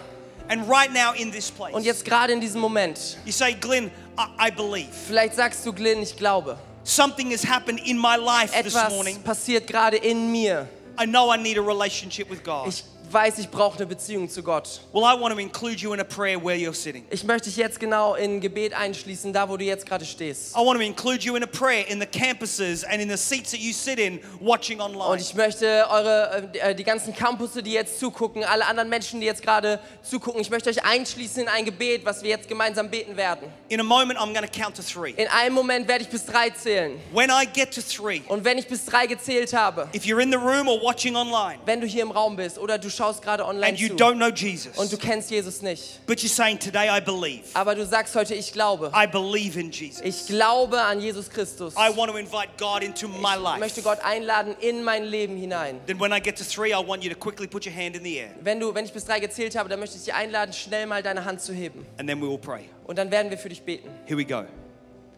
S2: And right now in this place.
S3: Und jetzt gerade in diesem Moment.
S2: You say, Glenn, I, I believe.
S3: Vielleicht sagst du, Glyn, ich glaube.
S2: Something has happened in my life this
S3: Etwas
S2: morning.
S3: passiert gerade in mir.
S2: I know I need a relationship with God.
S3: Ich weiß, ich brauche eine Beziehung zu Gott.
S2: Well, I want to include you in a prayer where you're sitting.
S3: Ich möchte dich jetzt genau in Gebet einschließen, da wo du jetzt gerade stehst.
S2: I want to include you in a prayer in the campuses and in the seats that you sit in watching online.
S3: Und ich möchte eure, äh, die ganzen Campusse, die jetzt zugucken, alle anderen Menschen, die jetzt gerade zugucken, ich möchte euch einschließen in ein Gebet, was wir jetzt gemeinsam beten werden.
S2: In a moment, I'm going to count to three.
S3: In einem Moment werde ich bis drei zählen.
S2: When I get to three,
S3: Und wenn ich bis drei gezählt habe,
S2: if you're in the room or watching online
S3: wenn du hier im Raum bist oder du schaust gerade online
S2: and you
S3: zu
S2: don't know
S3: und
S2: Jesus,
S3: du kennst Jesus nicht,
S2: but you're saying, Today I believe.
S3: aber du sagst heute, ich glaube.
S2: I believe in Jesus.
S3: Ich glaube an Jesus Christus.
S2: I want to invite God into my
S3: Ich
S2: life.
S3: möchte Gott einladen in mein Leben hinein.
S2: Then, when I get to three, I want you to quickly put your hand in the air
S3: Wenn, du, wenn ich bis drei gezählt habe, dann möchte ich dich einladen, schnell mal deine Hand zu heben.
S2: and then we will pray.
S3: Und dann werden wir für dich beten.
S2: Here we go.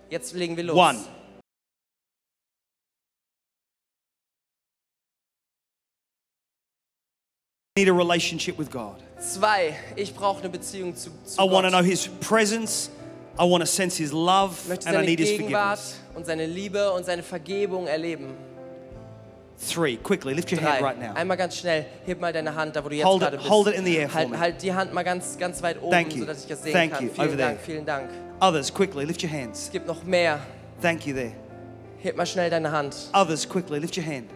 S3: Jetzt legen wir los.
S2: One. Need a relationship with God.
S3: Zwei, ich brauche eine Beziehung zu, zu
S2: I want to know
S3: Gott.
S2: His presence. I want to sense His love,
S3: Ich möchte
S2: and I
S3: seine
S2: need His
S3: Gegenwart
S2: forgiveness.
S3: und seine Liebe und seine Vergebung erleben.
S2: Three, quickly, lift your
S3: Drei,
S2: hand right now.
S3: einmal ganz schnell, heb mal deine Hand, da wo du jetzt
S2: Hold it-
S3: gerade bist.
S2: hold it in the air for
S3: halt,
S2: me.
S3: halt die Hand mal ganz, ganz weit oben,
S2: Thank you.
S3: sodass ich das sehen
S2: Thank
S3: kann.
S2: you.
S3: Vielen
S2: Over there.
S3: Dank, vielen Dank.
S2: Others, quickly, lift your hands.
S3: Es gibt noch mehr.
S2: Thank you there.
S3: Heb mal schnell deine Hand.
S2: Others, quickly, lift your hand.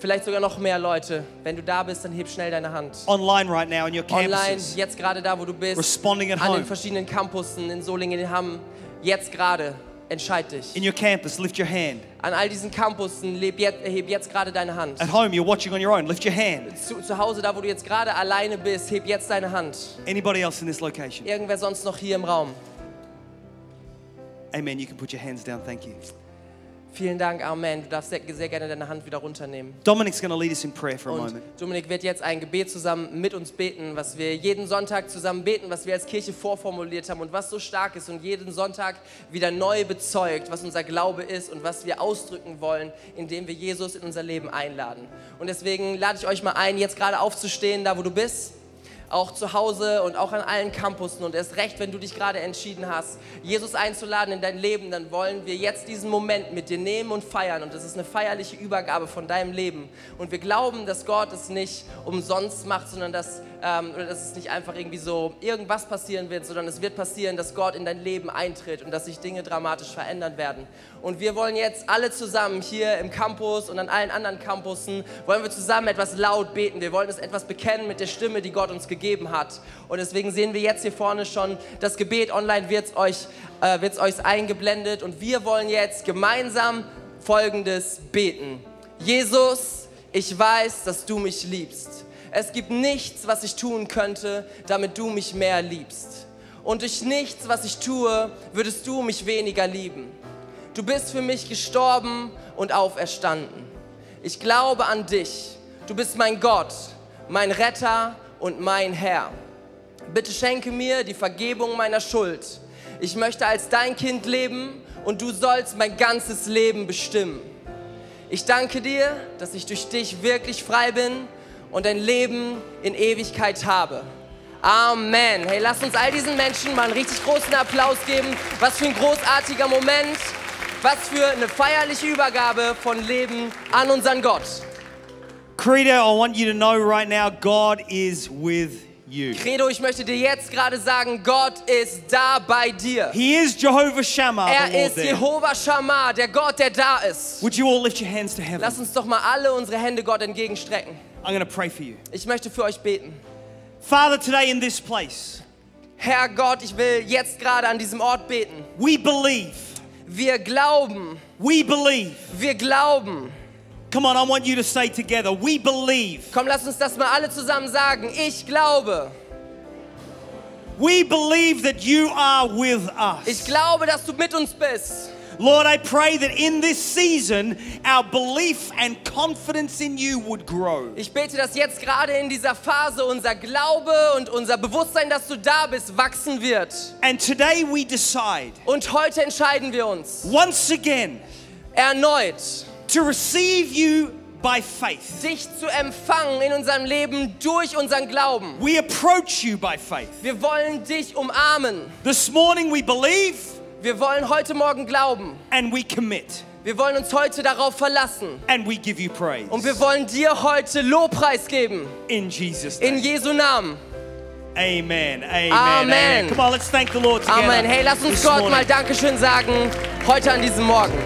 S3: Vielleicht sogar noch mehr Leute. Wenn du da bist, dann heb schnell deine Hand.
S2: Online right now in your
S3: Online,
S2: campuses.
S3: jetzt gerade da, wo du bist.
S2: Responding at
S3: an
S2: home.
S3: den verschiedenen Campussen in Solingen, in Hamm. Jetzt gerade. Entscheid dich.
S2: In your campus, lift your hand.
S3: An all diesen Campussen leb jetzt, heb jetzt gerade deine Hand.
S2: At home, you're watching on your own, lift your hand.
S3: Zu, zu Hause, da wo du jetzt gerade alleine bist, heb jetzt deine Hand.
S2: Anybody else in this location?
S3: Irgendwer sonst noch hier im Raum.
S2: Amen. You can put your hands down. Thank you.
S3: Vielen Dank, Amen. Du darfst sehr, sehr gerne deine Hand wieder runternehmen.
S2: Dominic's going to lead us in prayer for a
S3: Und
S2: moment.
S3: Dominik wird jetzt ein Gebet zusammen mit uns beten, was wir jeden Sonntag zusammen beten, was wir als Kirche vorformuliert haben und was so stark ist und jeden Sonntag wieder neu bezeugt, was unser Glaube ist und was wir ausdrücken wollen, indem wir Jesus in unser Leben einladen. Und deswegen lade ich euch mal ein, jetzt gerade aufzustehen, da wo du bist auch zu Hause und auch an allen Campussen und erst recht, wenn du dich gerade entschieden hast, Jesus einzuladen in dein Leben, dann wollen wir jetzt diesen Moment mit dir nehmen und feiern und das ist eine feierliche Übergabe von deinem Leben und wir glauben, dass Gott es nicht umsonst macht, sondern dass, ähm, oder dass es nicht einfach irgendwie so irgendwas passieren wird, sondern es wird passieren, dass Gott in dein Leben eintritt und dass sich Dinge dramatisch verändern werden und wir wollen jetzt alle zusammen hier im Campus und an allen anderen Campussen, wollen wir zusammen etwas laut beten, wir wollen es etwas bekennen mit der Stimme, die Gott uns gegeben hat. Und deswegen sehen wir jetzt hier vorne schon das Gebet online, wird es euch, äh, wird's euch eingeblendet. Und wir wollen jetzt gemeinsam Folgendes beten. Jesus, ich weiß, dass du mich liebst. Es gibt nichts, was ich tun könnte, damit du mich mehr liebst. Und durch nichts, was ich tue, würdest du mich weniger lieben. Du bist für mich gestorben und auferstanden. Ich glaube an dich. Du bist mein Gott, mein Retter und mein Herr. Bitte schenke mir die Vergebung meiner Schuld. Ich möchte als dein Kind leben und du sollst mein ganzes Leben bestimmen. Ich danke dir, dass ich durch dich wirklich frei bin und ein Leben in Ewigkeit habe. Amen. Hey, lasst uns all diesen Menschen mal einen richtig großen Applaus geben. Was für ein großartiger Moment. Was für eine feierliche Übergabe von Leben an unseren Gott.
S2: Credo, I want you to know right now God is with you.
S3: Credo, ich möchte dir jetzt gerade sagen, Gott ist da bei dir.
S2: He is Jehovah Shammah, the
S3: Er
S2: Lord
S3: ist
S2: there.
S3: Jehova Shammah, der Gott, der da ist.
S2: Would you all lift your hands to
S3: Lass
S2: heaven?
S3: uns doch mal alle unsere Hände Gott entgegenstrecken.
S2: I'm going to pray for you.
S3: Ich möchte für euch beten.
S2: Father, today in this place,
S3: Herr Gott, ich will jetzt gerade an diesem Ort beten.
S2: we believe.
S3: Wir glauben,
S2: We believe.
S3: wir glauben.
S2: Come on, I want you to say together, we believe
S3: Komm, lass uns das mal alle zusammen sagen. Ich glaube,
S2: We believe that you are with
S3: Ich
S2: us.
S3: glaube, dass du mit uns bist.
S2: Lord, I pray that in this season, our belief and confidence in you would grow.
S3: Ich bete, dass jetzt gerade in dieser Phase unser Glaube und unser Bewusstsein, dass du da bist, wachsen wird.
S2: And today we decide,
S3: Und heute entscheiden wir uns
S2: once again,
S3: erneut,
S2: to receive you by faith.
S3: dich zu empfangen in unserem Leben durch unseren Glauben.
S2: We approach you by faith.
S3: Wir wollen dich umarmen.
S2: This morning we believe
S3: Wir wollen heute Morgen glauben.
S2: and we commit
S3: Wir wollen uns heute darauf verlassen.
S2: and we give you praise.
S3: Und wir wollen dir heute Lobpreis geben.
S2: In Jesus'
S3: In
S2: name.
S3: Jesu Namen.
S2: Amen. Amen.
S3: Amen.
S2: Come on, let's thank the Lord together.
S3: Amen. Hey, lass uns
S2: this
S3: Gott
S2: morning.
S3: mal Dankeschön sagen heute an diesem Morgen.